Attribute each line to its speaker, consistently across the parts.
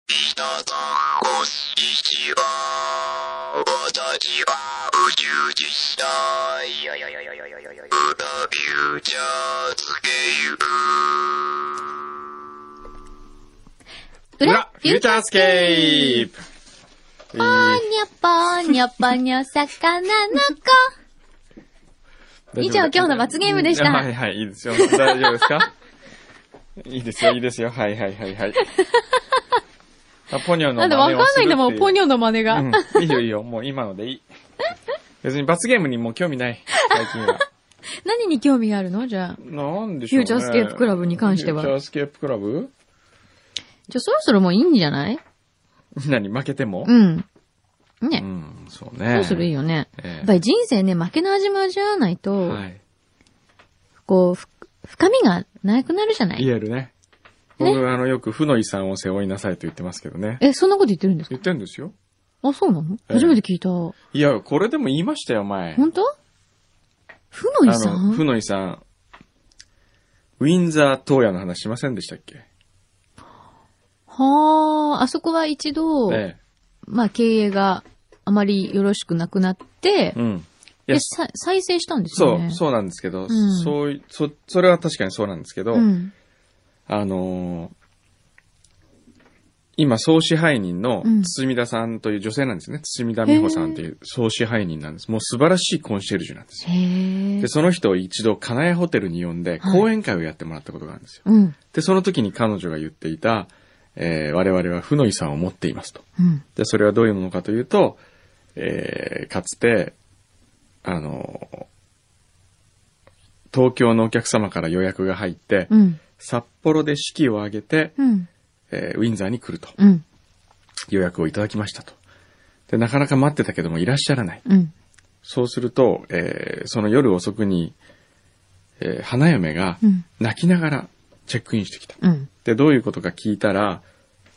Speaker 1: 皆さん、こんにちは。私は宇宙実際。プラフューチャースケープ。
Speaker 2: 裏、フューチャースケー
Speaker 3: プ
Speaker 2: プ
Speaker 3: ぽーにょぽーにょぽにょ魚の子。以上、今日の罰ゲームでし
Speaker 2: うんはい
Speaker 3: た。
Speaker 2: はい、いいですよ。大丈夫ですか いいですよ、いいですよ。はいはいは いはい。あポニョの
Speaker 3: なんでわかんないんだもん、ポニ
Speaker 2: ョ
Speaker 3: ョの真似が。
Speaker 2: うん、いいよいいよ、もう今の でいい。別に罰ゲームにもう興味ない、最近は。
Speaker 3: 何に興味があるのじゃあ。
Speaker 2: なんでしょ
Speaker 3: フュ
Speaker 2: う、ね、
Speaker 3: ーチャースケープクラブに関しては
Speaker 2: フューチャースケープクラブ
Speaker 3: じゃあそろそろもういいんじゃない
Speaker 2: 何、負けても
Speaker 3: うん。
Speaker 2: う
Speaker 3: ね。
Speaker 2: ん、そうね。
Speaker 3: どうするいいよね。
Speaker 2: ええ
Speaker 3: やっぱり人生ね、負けの味も味わわないと、
Speaker 2: はい。
Speaker 3: こう、ふ深みがなくなるじゃない
Speaker 2: 言えるね。僕、あの、よく、負の遺産を背負いなさいと言ってますけどね。
Speaker 3: え、そんなこと言ってるんですか
Speaker 2: 言ってんですよ。
Speaker 3: あ、そうなの
Speaker 2: ええ
Speaker 3: 初めて聞いた。本
Speaker 2: いや、これでも言いましたよ、前。
Speaker 3: 当負の遺
Speaker 2: あの、負
Speaker 3: 産
Speaker 2: の遺産。ウィンザー東野の話しませんでしたっけ
Speaker 3: はあ、あそこは一度、
Speaker 2: え
Speaker 3: まあ経営があまりよろしくなくなって
Speaker 2: え。、うん。い
Speaker 3: で
Speaker 2: や、
Speaker 3: さ再生したんです
Speaker 2: そ
Speaker 3: よね。
Speaker 2: う、そうなんですけど、
Speaker 3: ん
Speaker 2: そうい、そ、それは確かにそうなんですけど、
Speaker 3: うん。
Speaker 2: あのー今、総支配人の
Speaker 3: うん
Speaker 2: 堤田さんという女性なんですね。堤田美穂さんという総支配人なんです。もう素晴らしいコンシェルジュなんですよ。
Speaker 3: へえ
Speaker 2: で、。その人を一度、金谷ホテルに呼んで、
Speaker 3: はい
Speaker 2: 講演会をやってもらったことがあるんです
Speaker 3: う
Speaker 2: よ。
Speaker 3: ん。
Speaker 2: で、その時に彼女が言っていた、えー我々は負の遺産を持っていますと。
Speaker 3: うん。
Speaker 2: で、それはどういうものかというと、えーかつて、あのー東京のお客様から予約が入って、
Speaker 3: うん。
Speaker 2: 札幌で式を挙げて、
Speaker 3: うん。
Speaker 2: えーウィンザーに来ると。
Speaker 3: うん。
Speaker 2: 予約をいただきましたと。で、なかなか待ってたけどもいらっしゃらない。
Speaker 3: うん。
Speaker 2: そうすると、えーその夜遅くに、えー花嫁が
Speaker 3: うん
Speaker 2: 泣きながらチェックインしてきた。
Speaker 3: うん。
Speaker 2: で、どういうことか聞いたら、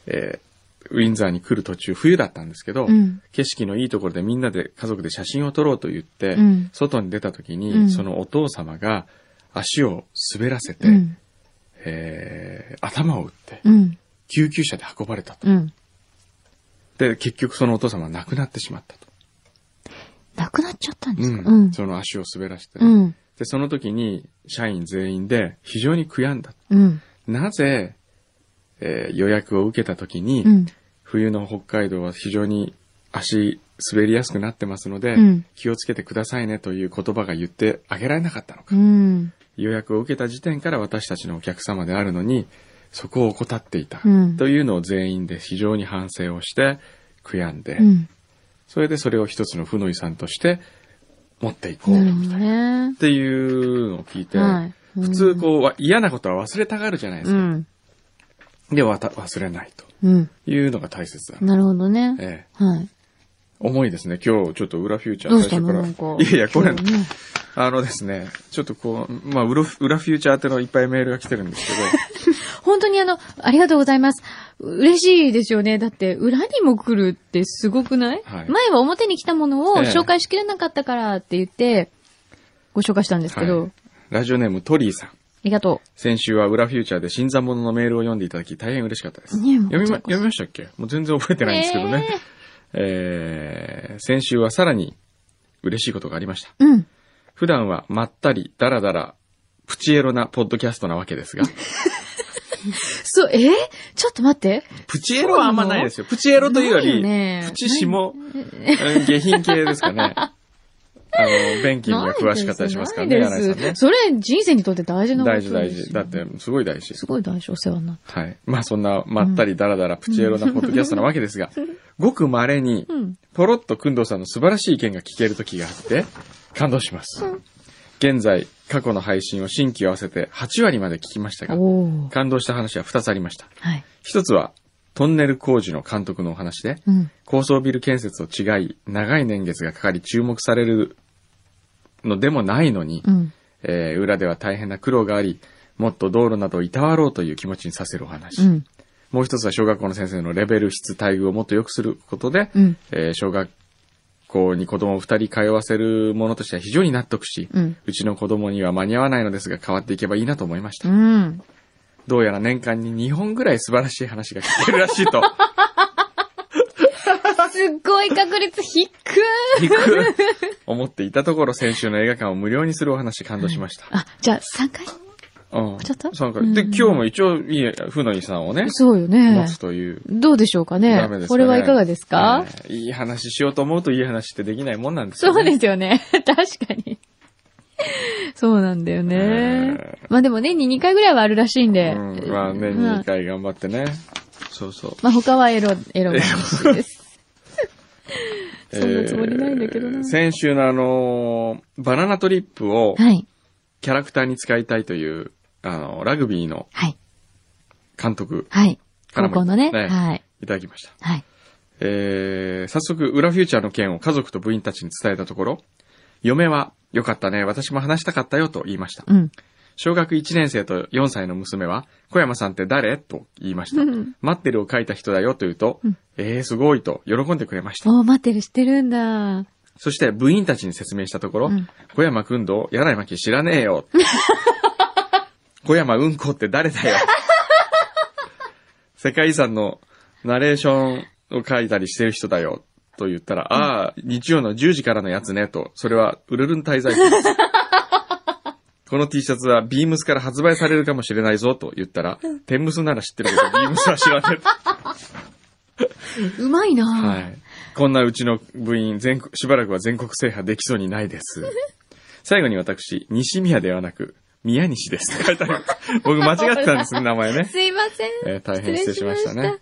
Speaker 2: えーウィンザーに来る途中、冬だったんですけど、
Speaker 3: うん
Speaker 2: 景色のいいところでみんなで家族で写真を撮ろうと言って、
Speaker 3: うん
Speaker 2: 外に出た時に、
Speaker 3: うん
Speaker 2: そのお父様が足を滑らせて、
Speaker 3: うん。
Speaker 2: えー頭を打って、
Speaker 3: うん。
Speaker 2: 救急車で運ばれたと。
Speaker 3: うん。
Speaker 2: で、結局そのお父様は亡くなってしまったと。
Speaker 3: なくなっちゃったんで
Speaker 2: う
Speaker 3: すか
Speaker 2: ん
Speaker 3: うん。
Speaker 2: その足を滑らせて、
Speaker 3: うん。
Speaker 2: で、その時に社員全員で非常に悔やんだと。
Speaker 3: うん。
Speaker 2: なぜ、えー予約を受けた時に、
Speaker 3: うん。
Speaker 2: 冬の北海道は非常に足滑りやすくなってますので、
Speaker 3: うん
Speaker 2: 気をつけてくださいねという言葉が言ってあげられなかったのか。
Speaker 3: うん。
Speaker 2: 予約を受けた時点から私たちのお客様であるのに、そこを怠っていた。
Speaker 3: うん
Speaker 2: というのを全員で非常に反省をして、悔やんで、
Speaker 3: うん。
Speaker 2: それでそれを一つの負の遺産として持っていこう。
Speaker 3: なる
Speaker 2: っ
Speaker 3: ほどね。
Speaker 2: ていうのを聞いて、
Speaker 3: はいうん
Speaker 2: 普通こうわ嫌なことは忘れたがるじゃないで
Speaker 3: う
Speaker 2: すか。
Speaker 3: ん。
Speaker 2: で、わた忘れないと
Speaker 3: うん。
Speaker 2: いうのが大切だな。
Speaker 3: なるほどね。
Speaker 2: ええ
Speaker 3: はい。
Speaker 2: 重いですね。今日ちょっと裏フューチャ
Speaker 3: ど
Speaker 2: ー
Speaker 3: うし
Speaker 2: 最
Speaker 3: た
Speaker 2: 初
Speaker 3: の
Speaker 2: か
Speaker 3: な
Speaker 2: ら。
Speaker 3: んか。
Speaker 2: いやいや、これ、
Speaker 3: 今日ね
Speaker 2: あのですね、ちょっとこう、まあ、裏フ裏フューチャーってのいっぱいメールが来てるんです
Speaker 3: 本当にあの、ありがとうございます。嬉しいですよね。だって、裏にも来るってすごくない、
Speaker 2: はい
Speaker 3: 前は表に来たものを
Speaker 2: ええ
Speaker 3: 紹介しきれなかったからって言って、ご紹介したんですけ
Speaker 2: けど、
Speaker 3: ど、
Speaker 2: はい
Speaker 3: あ、
Speaker 2: ラジオネームトリーさん。
Speaker 3: りがと
Speaker 2: 先週は裏フューチャーで新参者のメールを読んでいただき大変嬉しかったです。
Speaker 3: ねえもう
Speaker 2: 読みま、
Speaker 3: こちらこそ
Speaker 2: 読みましたっけもう全然覚えてないんですけどね。えー、先週はさらに嬉しいことがありました。
Speaker 3: う。うん。
Speaker 2: 普段はまったり、だらだら、プチエロなポッドキャストなわけですが、
Speaker 3: そう、えーちょっと待って。
Speaker 2: プチエロはあんまないですよ。プチエロというよ
Speaker 3: ない
Speaker 2: り、
Speaker 3: よね
Speaker 2: プチシモ、うん下品系ですかね。 あの、便器には詳しかったりしますからね、
Speaker 3: ない
Speaker 2: 柳井
Speaker 3: で
Speaker 2: さん
Speaker 3: す
Speaker 2: ね。
Speaker 3: それ、人生にとって大事なこと
Speaker 2: 大
Speaker 3: です
Speaker 2: 事
Speaker 3: よ。
Speaker 2: 大事。だって、すごい大事。
Speaker 3: すごい大事、お世話になって。
Speaker 2: はい。まあそんな、まったりだらだらプチエロなポッドキャストなわけですが、ごく稀に
Speaker 3: ん、
Speaker 2: ポロッとくんどうさんの素晴らしい意見が聞ける時があって、感動します。現在、過去の配信を新規合わせて8割まで聞きましたが、
Speaker 3: おー
Speaker 2: 感動した話は2つありました。
Speaker 3: はい。
Speaker 2: 1つは、トンネル工事の監督のお話で、
Speaker 3: うん。
Speaker 2: 高層ビル建設と違い、長い年月がかかり注目されるのでもないのに、
Speaker 3: うん。
Speaker 2: えー裏では大変な苦労があり、もっと道路などをいたわろうという気持ちにさせるお話。
Speaker 3: うん。
Speaker 2: もう一つは小学校の先生のレベル質待遇をもっと良くすることで、
Speaker 3: うん
Speaker 2: えー小学校に子供を二人通わせるものとしては非常に納得し、
Speaker 3: うん
Speaker 2: ちの子供には間に合わないのですが変わっていけばいいなと思いました。
Speaker 3: うん。
Speaker 2: どうやら年間に2本ぐらい素晴らしい話が聞けるらしいと
Speaker 3: すっごい確率低い。
Speaker 2: 行く思っていたところ、先週の映画館を無料にするお話感動しました。
Speaker 3: あ、じゃあ3回
Speaker 2: うん。
Speaker 3: ちょっと
Speaker 2: 参加で、
Speaker 3: うん
Speaker 2: 今日も一応、いえ、ふのいさんをね、
Speaker 3: そうよね
Speaker 2: 待。つという。
Speaker 3: どうでしょうかね
Speaker 2: ダメですかね
Speaker 3: これはいかがですか、
Speaker 2: えーいい話しようと思うといい話ってできないもんなんです。
Speaker 3: そうですすよね。 確かに。そうなんだよね
Speaker 2: え。
Speaker 3: まあでも年に2回ぐらいはあるらしいんで。
Speaker 2: うん。まあ、年に
Speaker 3: まあ
Speaker 2: 2回頑張ってね。そうそう。
Speaker 3: まあ他はエロ、エロの話です。 そんなつもりないんだけど
Speaker 2: え
Speaker 3: な
Speaker 2: ー。先週のあのーバナナトリップを
Speaker 3: はい。
Speaker 2: キャラクターに使いたいという、あのーラグビーの
Speaker 3: はい。
Speaker 2: 監督
Speaker 3: はい。
Speaker 2: から
Speaker 3: 高
Speaker 2: も
Speaker 3: 校のね。
Speaker 2: ね
Speaker 3: はい。
Speaker 2: いただきました。
Speaker 3: はい。
Speaker 2: えー、早速、裏フューチャーの件を家族と部員たちに伝えたところ、嫁は、よかったね、私も話したかったよと言いました。
Speaker 3: うん。
Speaker 2: 小学1年生と4歳の娘は、小山さんって誰と言いました
Speaker 3: うん。
Speaker 2: 待ってるを書いた人だよと言うと、
Speaker 3: うん
Speaker 2: えー、すごいと喜んでくれました。
Speaker 3: おー、待ってる、知ってるんだ。
Speaker 2: そして部員たちに説明したところ、
Speaker 3: うん
Speaker 2: 小山くんどう柳巻知らねえ よ。小山うんこって誰だよ。世界遺産のナレーションを書いたりしてる人だよ。と言ったら、ああ、日曜の10時からのやつね、と。それは、ウルルン滞 在期です。この T シャツは、ビームスから発売されるかもしれないぞ、と言ったら、天むすなら知ってるけど、ビームスは知らねえ。
Speaker 3: うまいなぁ
Speaker 2: はい。こんなうちの部員、全国、しばらくは全国制覇できそうにない です。最後に私、西宮ではなく、宮西です。書いてある。僕間違ってたんですね、名前ね。
Speaker 3: すいません。
Speaker 2: えー大変失礼しまし
Speaker 3: 失礼
Speaker 2: たね
Speaker 3: しました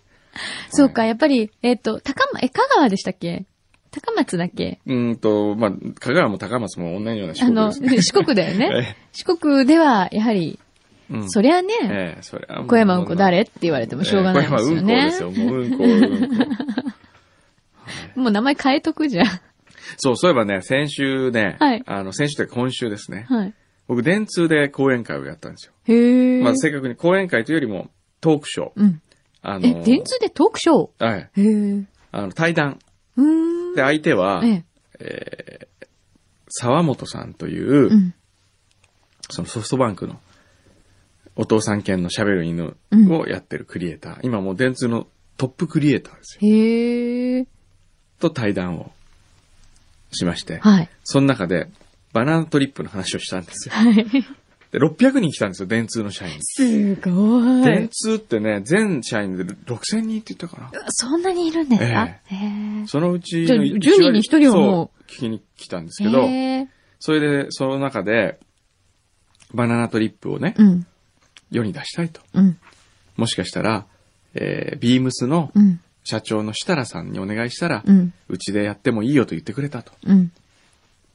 Speaker 3: そうか、やっぱり、えっ、と、高ま、え、香川でしたっけ高松だっけ
Speaker 2: うーんと、まあ、香川も高松も同じような仕
Speaker 3: あ
Speaker 2: 事で
Speaker 3: の、
Speaker 2: すね。
Speaker 3: 四国だよ ね。
Speaker 2: え
Speaker 3: 四国では、やはり、
Speaker 2: えうん
Speaker 3: そりゃね、
Speaker 2: ええそれはも
Speaker 3: 小山うんこ誰って言われてもしょうがないですよね。
Speaker 2: ええ小山うんこですよ。もううんこ、うん こ。
Speaker 3: もう名前変えとく じゃん。
Speaker 2: そう、そういえばね、先週ね、
Speaker 3: はい
Speaker 2: あの、先週というか今週ですね。
Speaker 3: はい。
Speaker 2: 僕、電通で講演会をやったんですよ。
Speaker 3: へー。
Speaker 2: まあ、正確に講演会というよりも、トークショー。
Speaker 3: うん。
Speaker 2: あの
Speaker 3: え、電通でトークショ
Speaker 2: はい。
Speaker 3: ーへー。
Speaker 2: あの、対談。
Speaker 3: うーん。
Speaker 2: で、相手は、
Speaker 3: ええ。
Speaker 2: 沢本さんという、
Speaker 3: うん。
Speaker 2: そのソフトバンクの、お父さん犬の喋る犬をやってるクリエイター。今もう電通のトップクリエイターですよ。
Speaker 3: へー。
Speaker 2: と対談をしまして、
Speaker 3: はい。
Speaker 2: その中で、バナナトリップの話をしたんですよ。
Speaker 3: はい。
Speaker 2: で、600人来たんですよ、電通の社員。
Speaker 3: すご
Speaker 2: 電
Speaker 3: い。
Speaker 2: 通ってね、全社員で6000人って言ったかな。
Speaker 3: そんなにいるんですかへー。
Speaker 2: そのうち
Speaker 3: じゃあ
Speaker 2: の
Speaker 3: 10人に1人はも
Speaker 2: う、聞きに来たんですけど、
Speaker 3: へー。
Speaker 2: それで、その中で、バナナトリップをね、
Speaker 3: うん。
Speaker 2: 世に出したいと。
Speaker 3: うん。
Speaker 2: もしかしたら、えー、ビームスの
Speaker 3: うん。
Speaker 2: 社長の設楽さんにお願いしたら、
Speaker 3: うん。
Speaker 2: うちでやってもいいよと言ってくれたと。
Speaker 3: うん。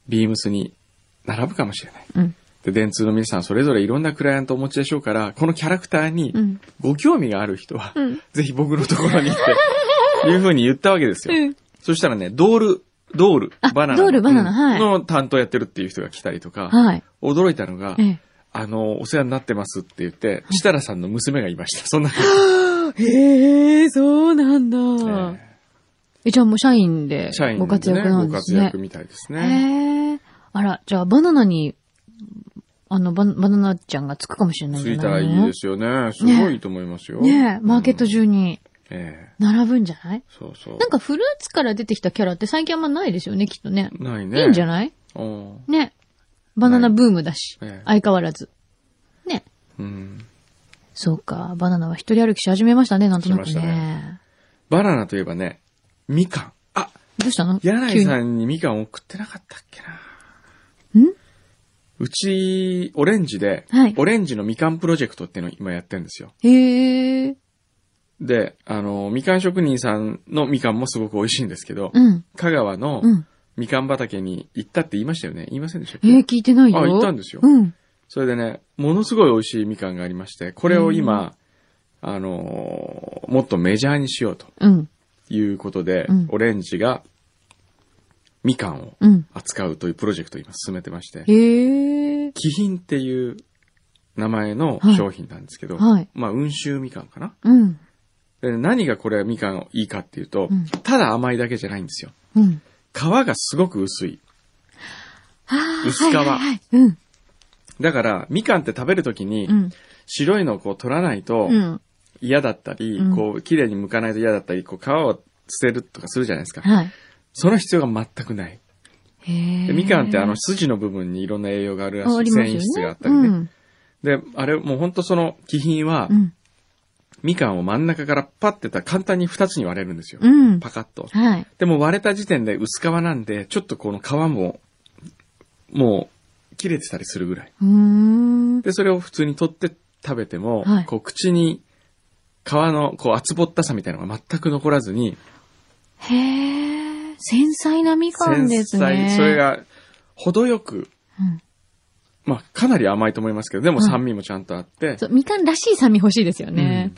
Speaker 2: ビームスに並ぶかもしれない。
Speaker 3: うん。
Speaker 2: で、電通の皆さんそれぞれいろんなクライアントをお持ちでしょうから、このキャラクターに
Speaker 3: うん
Speaker 2: ご興味がある人は、
Speaker 3: うん
Speaker 2: ぜひ僕のところに行って、いうふうに言ったわけですよ。
Speaker 3: うん
Speaker 2: そしたらね、ドール、ドール
Speaker 3: あ、
Speaker 2: バナナ。
Speaker 3: ドールバナナはい
Speaker 2: の担当やってるっていう人が来たりとか、
Speaker 3: はい。
Speaker 2: 驚いたのが、
Speaker 3: ええ。
Speaker 2: あの、お世話になってますって言って、設楽さんの娘がいました。そんな、
Speaker 3: へえ、そうなん
Speaker 2: え
Speaker 3: だ。
Speaker 2: ー
Speaker 3: え、じゃあもう社員で
Speaker 2: 社員で、ね、
Speaker 3: ご活躍なん
Speaker 2: ご
Speaker 3: です
Speaker 2: 活
Speaker 3: ね
Speaker 2: 躍。みたいですね。
Speaker 3: へえ。あら、じゃあバナナに、あの、ババナナちゃんがつくかもしれないん
Speaker 2: つ
Speaker 3: じゃ
Speaker 2: い
Speaker 3: ない
Speaker 2: たらいいですよね。すごいいいと思いますよ。
Speaker 3: ねえ、マーケット
Speaker 2: うん
Speaker 3: 中に
Speaker 2: ええ
Speaker 3: 並ぶんじゃない
Speaker 2: そうそう。
Speaker 3: なんかフルーツから出てきたキャラって最近あんまないですよね、きっとね。
Speaker 2: ないね。
Speaker 3: いいんじゃ
Speaker 2: ない
Speaker 3: ない
Speaker 2: うん。
Speaker 3: ね。バナナブームだし
Speaker 2: ないええ、
Speaker 3: 相変わらず。ね。
Speaker 2: うん。
Speaker 3: そうか、バナナは一人歩きし始めましたね、なんとなく
Speaker 2: しました
Speaker 3: ね。
Speaker 2: バナナといえばね、みかん。あ、
Speaker 3: どうしたの
Speaker 2: 柳井
Speaker 3: 急
Speaker 2: さんにみかん送ってなかったっけな。
Speaker 3: にん
Speaker 2: うち、オレンジで、
Speaker 3: はい
Speaker 2: オレンジのみかんプロジェクトっていうのを今やってるんですよ。
Speaker 3: へえ。
Speaker 2: で、あの、みかん職人さんのみかんもすごく美味しいんですけど、
Speaker 3: うん。
Speaker 2: 香川の
Speaker 3: うん。
Speaker 2: みかん畑に行ったって言いましたよね。言いませんでしたっ
Speaker 3: え
Speaker 2: け、
Speaker 3: ー、聞いてないよ。
Speaker 2: あ行ったんですよ
Speaker 3: うん。
Speaker 2: それでね、ものすごい美味しいみかんがありまして、これを今、あのーもっとメジャーにしようと
Speaker 3: うん。
Speaker 2: いうことで、
Speaker 3: うん
Speaker 2: オレンジがみかんを
Speaker 3: うん。
Speaker 2: 扱うというプロジェクトを今進めてまして、
Speaker 3: へえ。
Speaker 2: 気品っていう名前の
Speaker 3: はい
Speaker 2: 商品なんですけど、
Speaker 3: はい
Speaker 2: まあ、温州みかんかな。
Speaker 3: うん。
Speaker 2: で何がこれみかんいいかっていうと、
Speaker 3: うん
Speaker 2: ただ甘いだけじゃないんですよ。
Speaker 3: うん。
Speaker 2: 皮がすごく薄い。
Speaker 3: ああ。
Speaker 2: 薄皮
Speaker 3: はいはいはい。うん。
Speaker 2: だから、みかんって食べるときに
Speaker 3: う、ん。
Speaker 2: 白いのをこう取らないと、
Speaker 3: うん。
Speaker 2: 嫌だったり、
Speaker 3: うん
Speaker 2: こう、綺麗に剥かないと嫌だったり、こう、皮を捨てるとかするじゃないですか。
Speaker 3: はい。
Speaker 2: その必要が全くない。
Speaker 3: へえ。
Speaker 2: でみかんってあの筋の部分にいろんな栄養があるらし
Speaker 3: ああ
Speaker 2: い。
Speaker 3: りま
Speaker 2: 繊
Speaker 3: すよね
Speaker 2: 維質があった
Speaker 3: う
Speaker 2: りね。
Speaker 3: ん。
Speaker 2: で、あれもうほんとその気品は、
Speaker 3: うん。
Speaker 2: みかんを真ん中からパッてやったら簡単に二つに割れるんですよ。
Speaker 3: うん。
Speaker 2: パカッと。
Speaker 3: はい。
Speaker 2: でも割れた時点で薄皮なんで、ちょっとこの皮も、もう切れてたりするぐらい。
Speaker 3: うーん。
Speaker 2: で、それを普通に取って食べても、
Speaker 3: はい
Speaker 2: こう口に皮のこう厚ぼったさみたいなのが全く残らずに、
Speaker 3: へえ。繊細なみかんですね。
Speaker 2: それ。が程よく、
Speaker 3: うん。
Speaker 2: まあかなり甘いと思いますけど、でも
Speaker 3: はい
Speaker 2: 酸味もちゃんとあって、
Speaker 3: そう、みかんらしい酸味欲しいですよね。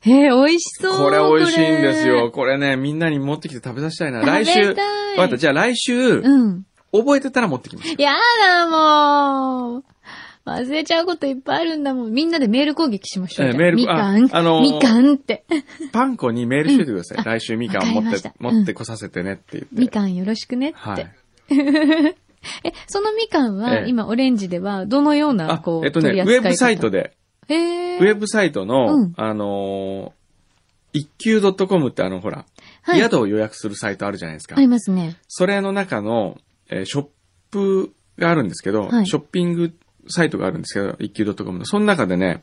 Speaker 3: へえ、美味しそう。
Speaker 2: これ美味しいんですよ。。これね、みんなに持ってきて食べさせたいな。来週、
Speaker 3: 食べたい
Speaker 2: わかった、じゃあ来週、
Speaker 3: うん。
Speaker 2: 覚えてたら持ってきます。
Speaker 3: やだ、もう。忘れちゃうこといっぱいあるんだもん。みんなでメール攻撃しましょう。
Speaker 2: ええ
Speaker 3: じゃあ
Speaker 2: メール
Speaker 3: みかん、
Speaker 2: ああのー
Speaker 3: みかんって。
Speaker 2: パン粉にメールしておいてください。来週みかん持
Speaker 3: わかり
Speaker 2: っ
Speaker 3: ましてた、
Speaker 2: 持ってこさせてねって言って。
Speaker 3: みかんよろしくねって。
Speaker 2: はい。
Speaker 3: え、そのみかんは、
Speaker 2: ええ
Speaker 3: 今、オレンジでは、どのような、
Speaker 2: あ
Speaker 3: こ、う、
Speaker 2: えっとね、
Speaker 3: 取
Speaker 2: ウ
Speaker 3: り
Speaker 2: ェ
Speaker 3: 扱い
Speaker 2: ブ
Speaker 3: 方
Speaker 2: サイト。で、
Speaker 3: へえ。
Speaker 2: ウェブサイトの、
Speaker 3: うん
Speaker 2: あのー、一級 .com ってあの、ほら、
Speaker 3: はい
Speaker 2: 宿を予約するサイトあるじゃないですか。
Speaker 3: ありますね。
Speaker 2: それの中の、えーショップがあるんですけど、
Speaker 3: はい
Speaker 2: ショッピングサイトがあるんですけど、一級 .com の。その中でね、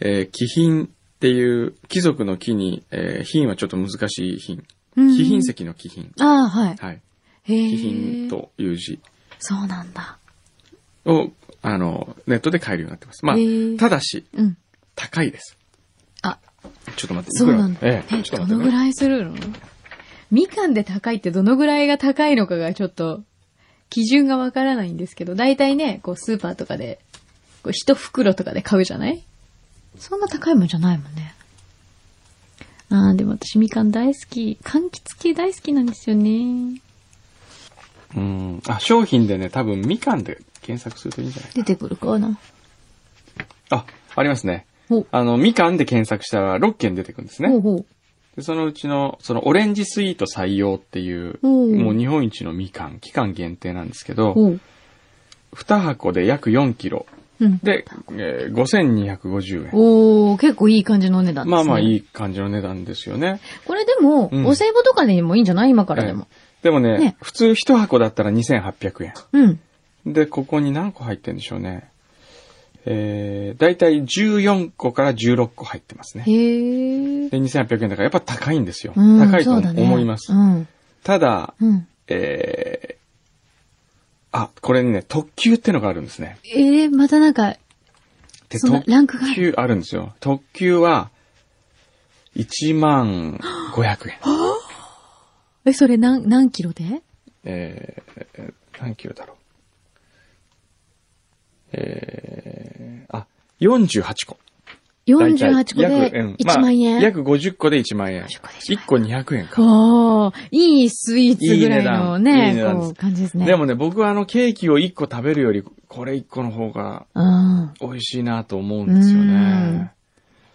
Speaker 2: えー貴品っていう、貴族の貴に、えー品はちょっと難しい品。
Speaker 3: うん
Speaker 2: 貴賓。席の貴品。
Speaker 3: ああ、はい。
Speaker 2: はい。
Speaker 3: へえ。
Speaker 2: 貴品。という字
Speaker 3: そうなんだ。
Speaker 2: を、あの、ネットで買えるようになってます。まあ
Speaker 3: へー、
Speaker 2: ただし、
Speaker 3: うん。
Speaker 2: 高いです。
Speaker 3: あ、
Speaker 2: ちょっと待って。
Speaker 3: そうなんだ。
Speaker 2: いくらええ
Speaker 3: え、
Speaker 2: ちょ
Speaker 3: ど
Speaker 2: っと
Speaker 3: の
Speaker 2: 待っ
Speaker 3: ぐ
Speaker 2: て。
Speaker 3: らいするのみかんで高いってどのぐらいが高いのかがちょっと、基準がわからないんですけど、だいたいね、こうスーパーとかで、こう一袋とかで買うじゃないそんな高いもんじゃないもんね。あー、でも私みかん大好き。柑橘系大好きなんですよね。
Speaker 2: うん。あ、商品でね、多分みかんで検索するといいんじゃない
Speaker 3: 出てくるかな。
Speaker 2: あ、ありますね。
Speaker 3: ほう。
Speaker 2: あの、みかんで検索したら6件出てくるんです
Speaker 3: ほう
Speaker 2: ね。
Speaker 3: ほう。
Speaker 2: でそのうちの、そのオレンジスイート採用っていう、
Speaker 3: おう
Speaker 2: もう日本一のみかん、期間限定なんですけど、
Speaker 3: ほう。
Speaker 2: 2箱で約4キロ
Speaker 3: うん。
Speaker 2: で、えー5250円。
Speaker 3: おー、結構いい感じのお値段ですね。
Speaker 2: まあまあい
Speaker 3: い。
Speaker 2: い感じの値段ですよね。
Speaker 3: これでも、
Speaker 2: うん
Speaker 3: お歳暮とかでもいいんじゃない今からでも。
Speaker 2: でもね、
Speaker 3: ね
Speaker 2: 普通1箱だったら2800円。
Speaker 3: うん。
Speaker 2: で、ここに何個入ってるんでしょうね。えー、だいたい14個から16個入ってますね。
Speaker 3: へえ。
Speaker 2: で、2800円だからやっぱ高いんですよ。
Speaker 3: うん
Speaker 2: 高いと
Speaker 3: そうだね
Speaker 2: 思います。
Speaker 3: うん。
Speaker 2: ただ、
Speaker 3: うん。
Speaker 2: えー、あ、これにね、特急ってのがあるんですね。
Speaker 3: ええまたなんか、
Speaker 2: で、
Speaker 3: そんな
Speaker 2: 特
Speaker 3: ランクがある。
Speaker 2: 急あるんですよ。特急は、1万500円。
Speaker 3: え、それ何、何キロで
Speaker 2: えー、何キロだろう。えー、あ、48個。
Speaker 3: ?48 個で
Speaker 2: 大体約うん
Speaker 3: 1万円。
Speaker 2: まあ、約50個で1万円。
Speaker 3: 50個で1
Speaker 2: 1個200円か。
Speaker 3: おーいいスイーツぐらいの
Speaker 2: いい
Speaker 3: ね、
Speaker 2: 値段
Speaker 3: こう、感じですね。
Speaker 2: でもね、僕はあのケーキを1個食べるより、これ1個の方が
Speaker 3: うん。
Speaker 2: 美味しいなと思うんですよね。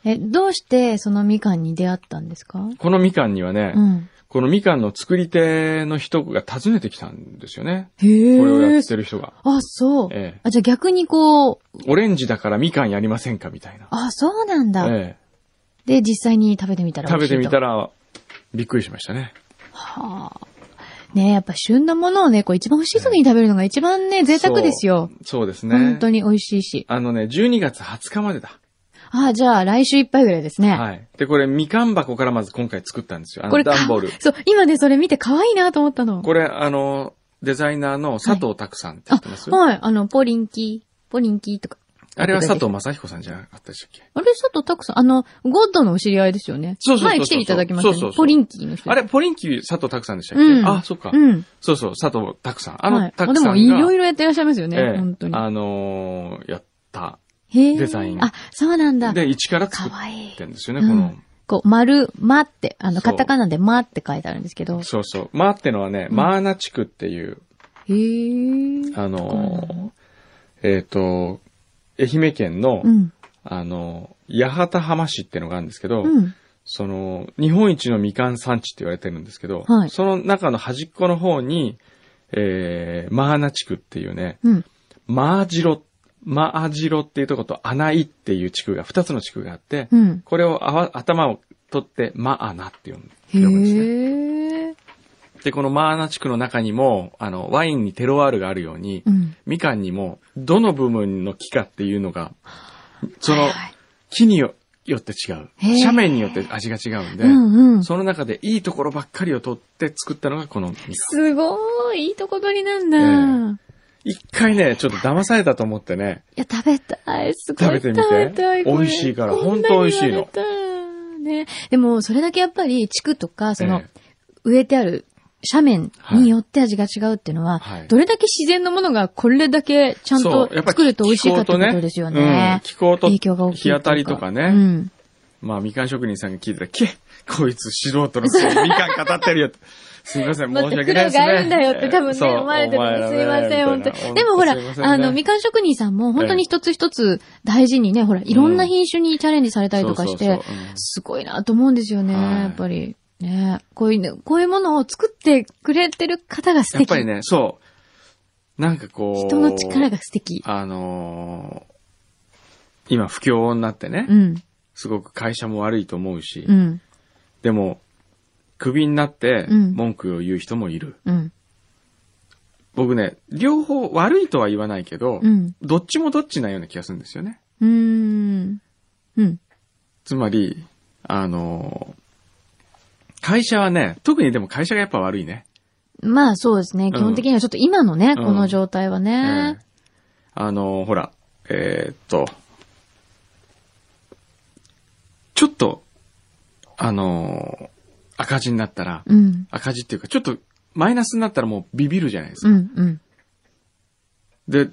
Speaker 3: え、どうしてそのみかんに出会ったんですか
Speaker 2: このみかんにはね、
Speaker 3: うん。
Speaker 2: このみかんの作り手の人が訪ねてきたんですよね。これを
Speaker 3: へ
Speaker 2: や
Speaker 3: え
Speaker 2: っ。てる人が。
Speaker 3: あ、そう。
Speaker 2: ええ
Speaker 3: あ、じゃあ逆にこう、
Speaker 2: オレンジだからみかんやりませんかみたいな。
Speaker 3: あ、そうなんだ。
Speaker 2: え
Speaker 3: で、実際に食べてみた
Speaker 2: え
Speaker 3: ら
Speaker 2: 食べてみた
Speaker 3: ら。
Speaker 2: ら、びっくりしましたね。
Speaker 3: はあ。ねやっぱ旬のものをね、こう一番欲しい時に食べるのが一番ね、贅沢ですよ。
Speaker 2: そうですね。
Speaker 3: 本当
Speaker 2: に。
Speaker 3: に美味しいし。
Speaker 2: あのね、12月20日までだ。
Speaker 3: あ、じゃあ来週いっぱいぐらいですね。
Speaker 2: はい。で、これ、みかん箱からまず今回作ったんですよ。あ
Speaker 3: こ
Speaker 2: の、
Speaker 3: れか
Speaker 2: 段ボール。
Speaker 3: そう、今ね、それ見て可愛いなと思ったの。
Speaker 2: これ、あの、デザイナーの佐藤拓さんって知ってます、
Speaker 3: はい、あの、ポリンキー、ポリンキーとか。
Speaker 2: あれは佐藤正彦さんじゃなかったでしたっけ
Speaker 3: あれ、佐藤拓さん、あの、ゴッドのお知り合いですよね。
Speaker 2: そうそうそうそう
Speaker 3: 前来ていただきましたね。
Speaker 2: そうそうそう
Speaker 3: ポリンキーの人。
Speaker 2: あれ、ポリンキー佐藤拓さんでしたっけ、
Speaker 3: うん
Speaker 2: あ、そっか、
Speaker 3: うん。
Speaker 2: そうそう、佐藤拓さん。あ
Speaker 3: あ
Speaker 2: の、
Speaker 3: の、
Speaker 2: 拓、
Speaker 3: で
Speaker 2: さんが。
Speaker 3: も、いろいろやってらっしゃいますよね。
Speaker 2: ええ
Speaker 3: 本当に。
Speaker 2: あのーやった。
Speaker 3: へえ
Speaker 2: デザイン
Speaker 3: あ、そうなんだ。
Speaker 2: で、一から
Speaker 3: か
Speaker 2: 作
Speaker 3: わい
Speaker 2: っ
Speaker 3: い
Speaker 2: て。んですよね、
Speaker 3: う
Speaker 2: こ
Speaker 3: ん
Speaker 2: の。
Speaker 3: こう、丸、まって、あの、
Speaker 2: そう
Speaker 3: カタカナでまって書いてあるんですけど。
Speaker 2: そうそう。マーってのはね、マーナ地区っていう、
Speaker 3: へえ。そ
Speaker 2: あ
Speaker 3: うな
Speaker 2: の
Speaker 3: の
Speaker 2: ーえっ、と、愛媛県の、
Speaker 3: うん。
Speaker 2: あのー八幡浜市ってのがあるんですけど、
Speaker 3: うん。
Speaker 2: その、日本一のみかん産地って言われてるんですけど、
Speaker 3: はい
Speaker 2: その中の端っこの方に、えー、マーナ地区っていうね、
Speaker 3: うん。
Speaker 2: マージロ、マージロっていうとことアナイっていう地区が、二つの地区があって、
Speaker 3: うん。
Speaker 2: これをあわ頭を取って、マアナって呼んで
Speaker 3: へ
Speaker 2: 呼ぶんですね。
Speaker 3: え。
Speaker 2: で、このマアナ地区の中にも、あの、ワインにテロワールがあるように、
Speaker 3: うん。
Speaker 2: みかんにも、どの部分の木かっていうのが、そ
Speaker 3: は
Speaker 2: の
Speaker 3: いはい
Speaker 2: 木によよって違う。
Speaker 3: へー
Speaker 2: 斜面によって味が違うんで、
Speaker 3: うんうん。す
Speaker 2: その中でいいところばっかりを取って作ったのがこのみかん。
Speaker 3: ごーい、いいとこ取りなんだ。
Speaker 2: 一回ね、ちょっと騙されたと思ってね、
Speaker 3: いや、食べたい。すごい。
Speaker 2: 食べてみて
Speaker 3: たいこれ
Speaker 2: 美味しいから
Speaker 3: こんなに
Speaker 2: ほんと美味しいの
Speaker 3: 言われたらね。でも、それだけやっぱり、地区とか、その
Speaker 2: え、
Speaker 3: 植えてある斜面によって味が違うっていうのは、
Speaker 2: はい
Speaker 3: どれだけ自然のものがこれだけちゃんと
Speaker 2: そうやっぱり
Speaker 3: 作ると美味しいかってことですよね。
Speaker 2: 気候と,、
Speaker 3: 影響が大きいという
Speaker 2: 日当たりとかね、
Speaker 3: うん。
Speaker 2: まあみかん職人さんが聞いたら、けっこいつ素人のくせにみかん語ってるよって。すみません、申し
Speaker 3: また
Speaker 2: 訳
Speaker 3: 苦
Speaker 2: な
Speaker 3: 労
Speaker 2: いです
Speaker 3: があ
Speaker 2: ね。
Speaker 3: るんだよって多分ね、
Speaker 2: そう
Speaker 3: 思われてるんです
Speaker 2: お
Speaker 3: すい
Speaker 2: 前
Speaker 3: ま
Speaker 2: ら
Speaker 3: せ
Speaker 2: ね
Speaker 3: ん、本当
Speaker 2: みた
Speaker 3: に。
Speaker 2: いな
Speaker 3: でもほら、
Speaker 2: すいませんね
Speaker 3: あの、みかん職人さんも本当に一つ一つ大事にね、ほら、いろんな品種にチャレンジされたりとかして、
Speaker 2: そうそうそううん
Speaker 3: すごいなと思うんですよね、
Speaker 2: はい
Speaker 3: やっぱり。ねこういうね、こういうものを作ってくれてる方が素
Speaker 2: やっ
Speaker 3: 敵。
Speaker 2: ぱりね、そう。なんかこう。
Speaker 3: 人の力が素敵。
Speaker 2: あのー今不況になってね、
Speaker 3: うん。
Speaker 2: すごく会社も悪いと思うし、
Speaker 3: うん。
Speaker 2: でも、クビになって
Speaker 3: うん
Speaker 2: 文句を言う人もいる。
Speaker 3: うん。
Speaker 2: 僕ね、両方悪いとは言わないけど、
Speaker 3: うん。
Speaker 2: どっちもどっちなような気がするんですよね。
Speaker 3: うーん。うん。
Speaker 2: つまり、あのー会社はね、特にでも会社がやっぱ悪いね。
Speaker 3: まあそうですね。基本的にはちょっと今のね、
Speaker 2: うん
Speaker 3: この状態はね
Speaker 2: ええ。あのーほら、えーっと、ちょっと、あのー赤字になったら、
Speaker 3: うん。
Speaker 2: 赤字っていうか、ちょっとマイナスになったらもうビビるじゃないです
Speaker 3: う
Speaker 2: か。
Speaker 3: ん。うん。
Speaker 2: で、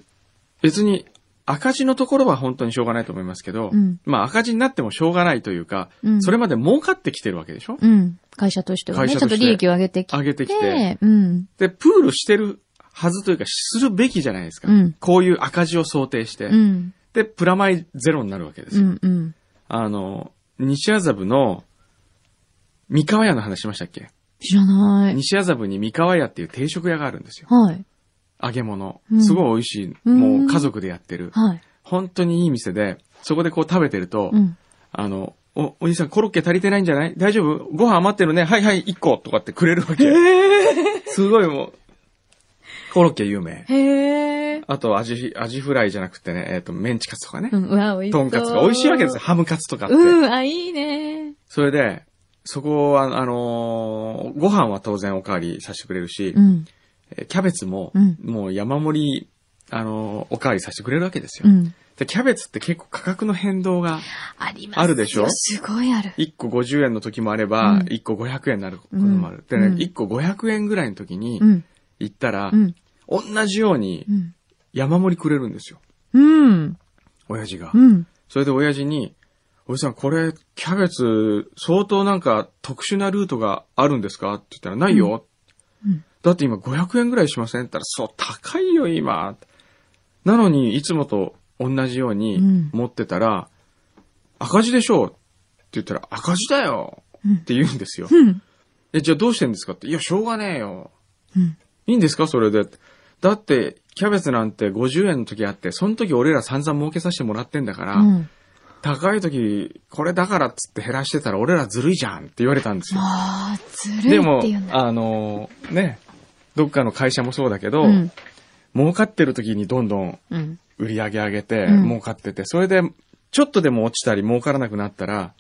Speaker 2: 別に赤字のところは本当にしょうがないと思いますけど、
Speaker 3: うん
Speaker 2: まあ赤字になってもしょうがないというか、
Speaker 3: うん
Speaker 2: それまで儲かってきてるわけでしょ、
Speaker 3: うん。会社としてはね、
Speaker 2: 会
Speaker 3: ち
Speaker 2: 社
Speaker 3: ょ
Speaker 2: と
Speaker 3: っと
Speaker 2: して
Speaker 3: 利益を上げてきて。
Speaker 2: 上げてきて
Speaker 3: うん。
Speaker 2: で、プールしてるはずというか、するべきじゃないですか。
Speaker 3: うん
Speaker 2: こういう赤字を想定して、
Speaker 3: うん。
Speaker 2: で、プラマイゼロになるわけです
Speaker 3: う
Speaker 2: よ。
Speaker 3: ん。うん。
Speaker 2: あの、西麻布の、三河屋の話しましたっけ
Speaker 3: 知らない。
Speaker 2: 西麻布に三河屋っていう定食屋があるんですよ。
Speaker 3: はい。
Speaker 2: 揚げ物
Speaker 3: う。ん
Speaker 2: すごい美味しい。
Speaker 3: うん
Speaker 2: もう家族でやってる。
Speaker 3: はい。
Speaker 2: 本当にいい店で、そこでこう食べてると、
Speaker 3: うん。
Speaker 2: あの、お、お兄さんコロッケ足りてないんじゃない大丈夫ご飯余ってるねはいはい、1個とかってくれるわけ。すごいもう、コロッケ有名。
Speaker 3: へえ。
Speaker 2: あと、アジ、アジフライじゃなくてね、えっ、と、メンチカツとかね
Speaker 3: う。ん、うわ、美味しそ
Speaker 2: ト
Speaker 3: う。
Speaker 2: ンカツが美味しいわけですよ。ハムカツとかって。
Speaker 3: うん、あ、いいね。
Speaker 2: それで、そこは、あのーご飯は当然おかわりさせてくれるし
Speaker 3: う、ん。
Speaker 2: えキャベツも、
Speaker 3: うん
Speaker 2: もう山盛り、あのーおかわりさせてくれるわけですよ、
Speaker 3: うん。
Speaker 2: で。キャベツって結構価格の変動が、
Speaker 3: ありますよ。
Speaker 2: あるでしょ
Speaker 3: すごいある。
Speaker 2: 1個50円の時もあれば、
Speaker 3: うん
Speaker 2: 1個500円になることもある。
Speaker 3: うん
Speaker 2: で
Speaker 3: うん
Speaker 2: ね、1個500円ぐらいの時に
Speaker 3: うん。
Speaker 2: 行ったら、
Speaker 3: うん。
Speaker 2: 同じように
Speaker 3: うん。
Speaker 2: 山盛りくれるんですよ。
Speaker 3: うん。
Speaker 2: 親父が。
Speaker 3: うん。
Speaker 2: それで親父に、おじさん、これ、キャベツ、相当なんか特殊なルートがあるんですかって言ったら、ないよ。
Speaker 3: うん
Speaker 2: だって今500円ぐらいしませんって言ったら、そう、高いよ、今。なのに、いつもと同じよう
Speaker 3: う
Speaker 2: に
Speaker 3: ん
Speaker 2: 持ってたら、赤字でしょうって言ったら、赤字だよ
Speaker 3: うん
Speaker 2: って言うんですよ。
Speaker 3: うん。
Speaker 2: え、じゃあどうしてんですかって。いや、しょうがねえよ。
Speaker 3: うん。
Speaker 2: いいんですかそれで。だって、キャベツなんて50円の時あって、その時俺ら散々儲けさせてもらってんだから、
Speaker 3: うん。
Speaker 2: 高い時、これだからっつって減らしてたら俺らずるいじゃんって言われたんですよ。
Speaker 3: ああ、ずるい
Speaker 2: で
Speaker 3: っ
Speaker 2: も
Speaker 3: ていうん、だ。
Speaker 2: あの、ね、どっかの会社もそうだけど、
Speaker 3: うん。
Speaker 2: 儲かってる時にどんどん
Speaker 3: うん。
Speaker 2: 売り上げ上げて、
Speaker 3: うん
Speaker 2: 儲かってて、それで、ちょっとでも落ちたり儲からなくなったら、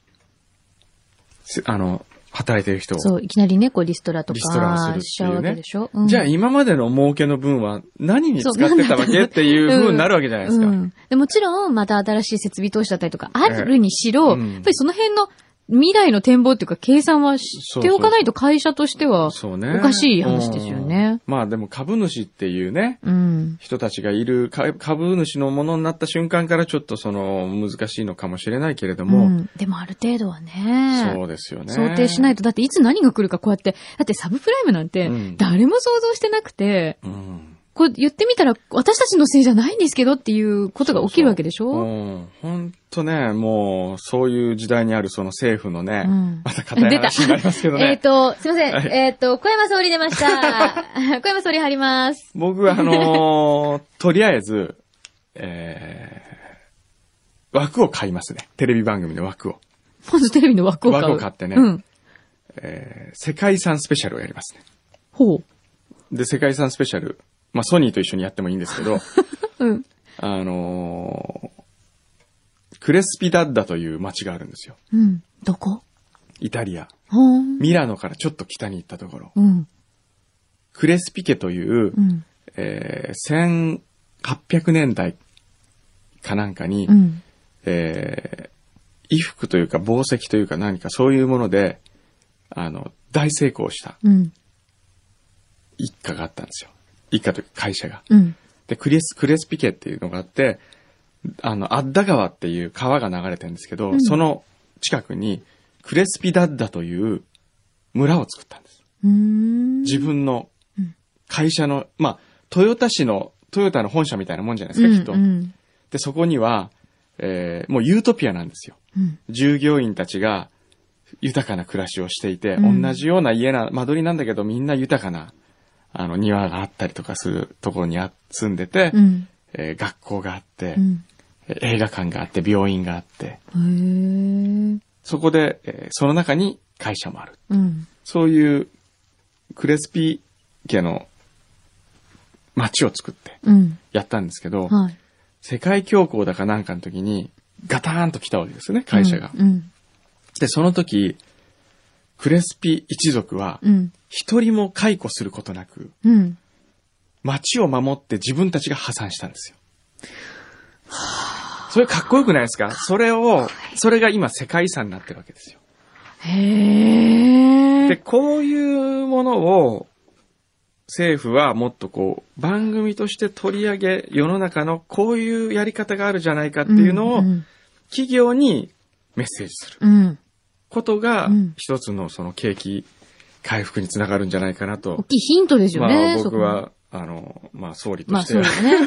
Speaker 2: せあの、働いてる人を。
Speaker 3: そう、いきなりね、こう、リストラと
Speaker 2: リストラをする
Speaker 3: か
Speaker 2: っていうね
Speaker 3: しちゃうわけでしょ。うん
Speaker 2: じゃあ今までの儲けの分は何に使ってた
Speaker 3: そ
Speaker 2: わ
Speaker 3: う
Speaker 2: けっていう風になるわけじゃないですか。
Speaker 3: うん。でもちろん、また新しい設備投資だったりとか、あるにしろ、
Speaker 2: ええうん
Speaker 3: やっぱりその辺の未来の展望っていうか、計算はしておかないと会社としては、
Speaker 2: そうね。
Speaker 3: おかしい話ですよね
Speaker 2: うんまあでも株主っていうね、
Speaker 3: うん。
Speaker 2: 人たちがいるか株主のものになった瞬間からちょっとその難しいのかもしれないけれども、
Speaker 3: うんでもある程度はね。
Speaker 2: そうですよね。
Speaker 3: 想定しない
Speaker 2: と。
Speaker 3: と、だっていつ何が来るかこうやって、だってサブプライムなんて
Speaker 2: うん
Speaker 3: 誰も想像してなくて、
Speaker 2: うん。
Speaker 3: こう言ってみたら私たちのせいじゃないんですけどっていうことが起きるわけでしょ
Speaker 2: うん。ほんとね、もうそういう時代にあるその政府のね、
Speaker 3: うん
Speaker 2: また硬い話になりますけど
Speaker 3: えっ、
Speaker 2: ね。
Speaker 3: と、すいません。
Speaker 2: はい
Speaker 3: えっ、と、小山総理出ま した。小山総理入ります。
Speaker 2: 僕はあのーとりあえず、えー、枠を買いますね。テレビ番組の枠を。
Speaker 3: まずテレビの枠を買う。
Speaker 2: 枠を買ってね
Speaker 3: うん。
Speaker 2: えー世界遺産スペシャルをやりますね。
Speaker 3: ほう。
Speaker 2: で、世界遺産スペシャル、まあ、ソニーと一緒にやってもいいんですけど、
Speaker 3: うん。
Speaker 2: あのークレスピダッダという街があるんですよ。
Speaker 3: うん。どこ
Speaker 2: イタリア。
Speaker 3: ほーん。
Speaker 2: ミラノからちょっと北に行ったところ。
Speaker 3: うん。
Speaker 2: クレスピ家という、
Speaker 3: うん。
Speaker 2: えー1800年代かなんかに、
Speaker 3: うん。
Speaker 2: えー衣服というか宝石というか何かそういうもので、あの、大成功した
Speaker 3: うん。
Speaker 2: 一家があったんですよ。一家というか会社が。
Speaker 3: うん。
Speaker 2: で、クレス、クレスピ家っていうのがあって、あの、アッダ川っていう川が流れてるんですけど、
Speaker 3: うん
Speaker 2: その近くに、クレスピダッダという村を作ったんです。
Speaker 3: うーん。
Speaker 2: 自分の
Speaker 3: うん
Speaker 2: 会社の、まあ、豊田市の、トヨタの本社みたいなもんじゃないですか、きっと。
Speaker 3: うん。
Speaker 2: で、そこには、えーもうユートピアなんですよ。
Speaker 3: うん。
Speaker 2: 従業員たちが豊かな暮らしをしていて、
Speaker 3: うん
Speaker 2: 同じような家な、間取りなんだけど、みんな豊かな、あの、庭があったりとかするところにあ住んでて、
Speaker 3: うん。
Speaker 2: えー学校があって、
Speaker 3: うん。
Speaker 2: えー映画館があって、病院があって、
Speaker 3: うんへー
Speaker 2: そこで、えーその中に会社もある。
Speaker 3: うん。
Speaker 2: そういう、クレスピ家の街を作って
Speaker 3: うん。
Speaker 2: やったんですけど、
Speaker 3: はい。
Speaker 2: 世界恐慌だかなんかの時に、ガターンと来たわけですよね、会社が。
Speaker 3: うん。
Speaker 2: で、その時、クレスピ一族は、
Speaker 3: うん。
Speaker 2: 一人も解雇することなく、
Speaker 3: うん。
Speaker 2: 街を守って自分たちが破産したんですよ。それかっこよくないですかそれを、それが今世界遺産になってるわけですよ。
Speaker 3: へ
Speaker 2: で、
Speaker 3: え。
Speaker 2: こういうものを、政府はもっとこう、番組として取り上げ、世の中のこういうやり方があるじゃないかっていうのを
Speaker 3: う、ん。
Speaker 2: 企業にメッセージする
Speaker 3: うん。
Speaker 2: ことが
Speaker 3: うん、
Speaker 2: 一つのその景気回復につながるんじゃないかな
Speaker 3: 大
Speaker 2: と。
Speaker 3: きいヒントですよ
Speaker 2: ま
Speaker 3: ね、
Speaker 2: あ
Speaker 3: そこ
Speaker 2: 僕。は、あの、まあ総理と
Speaker 3: まあ、
Speaker 2: して
Speaker 3: そう
Speaker 2: は
Speaker 3: だ、ね。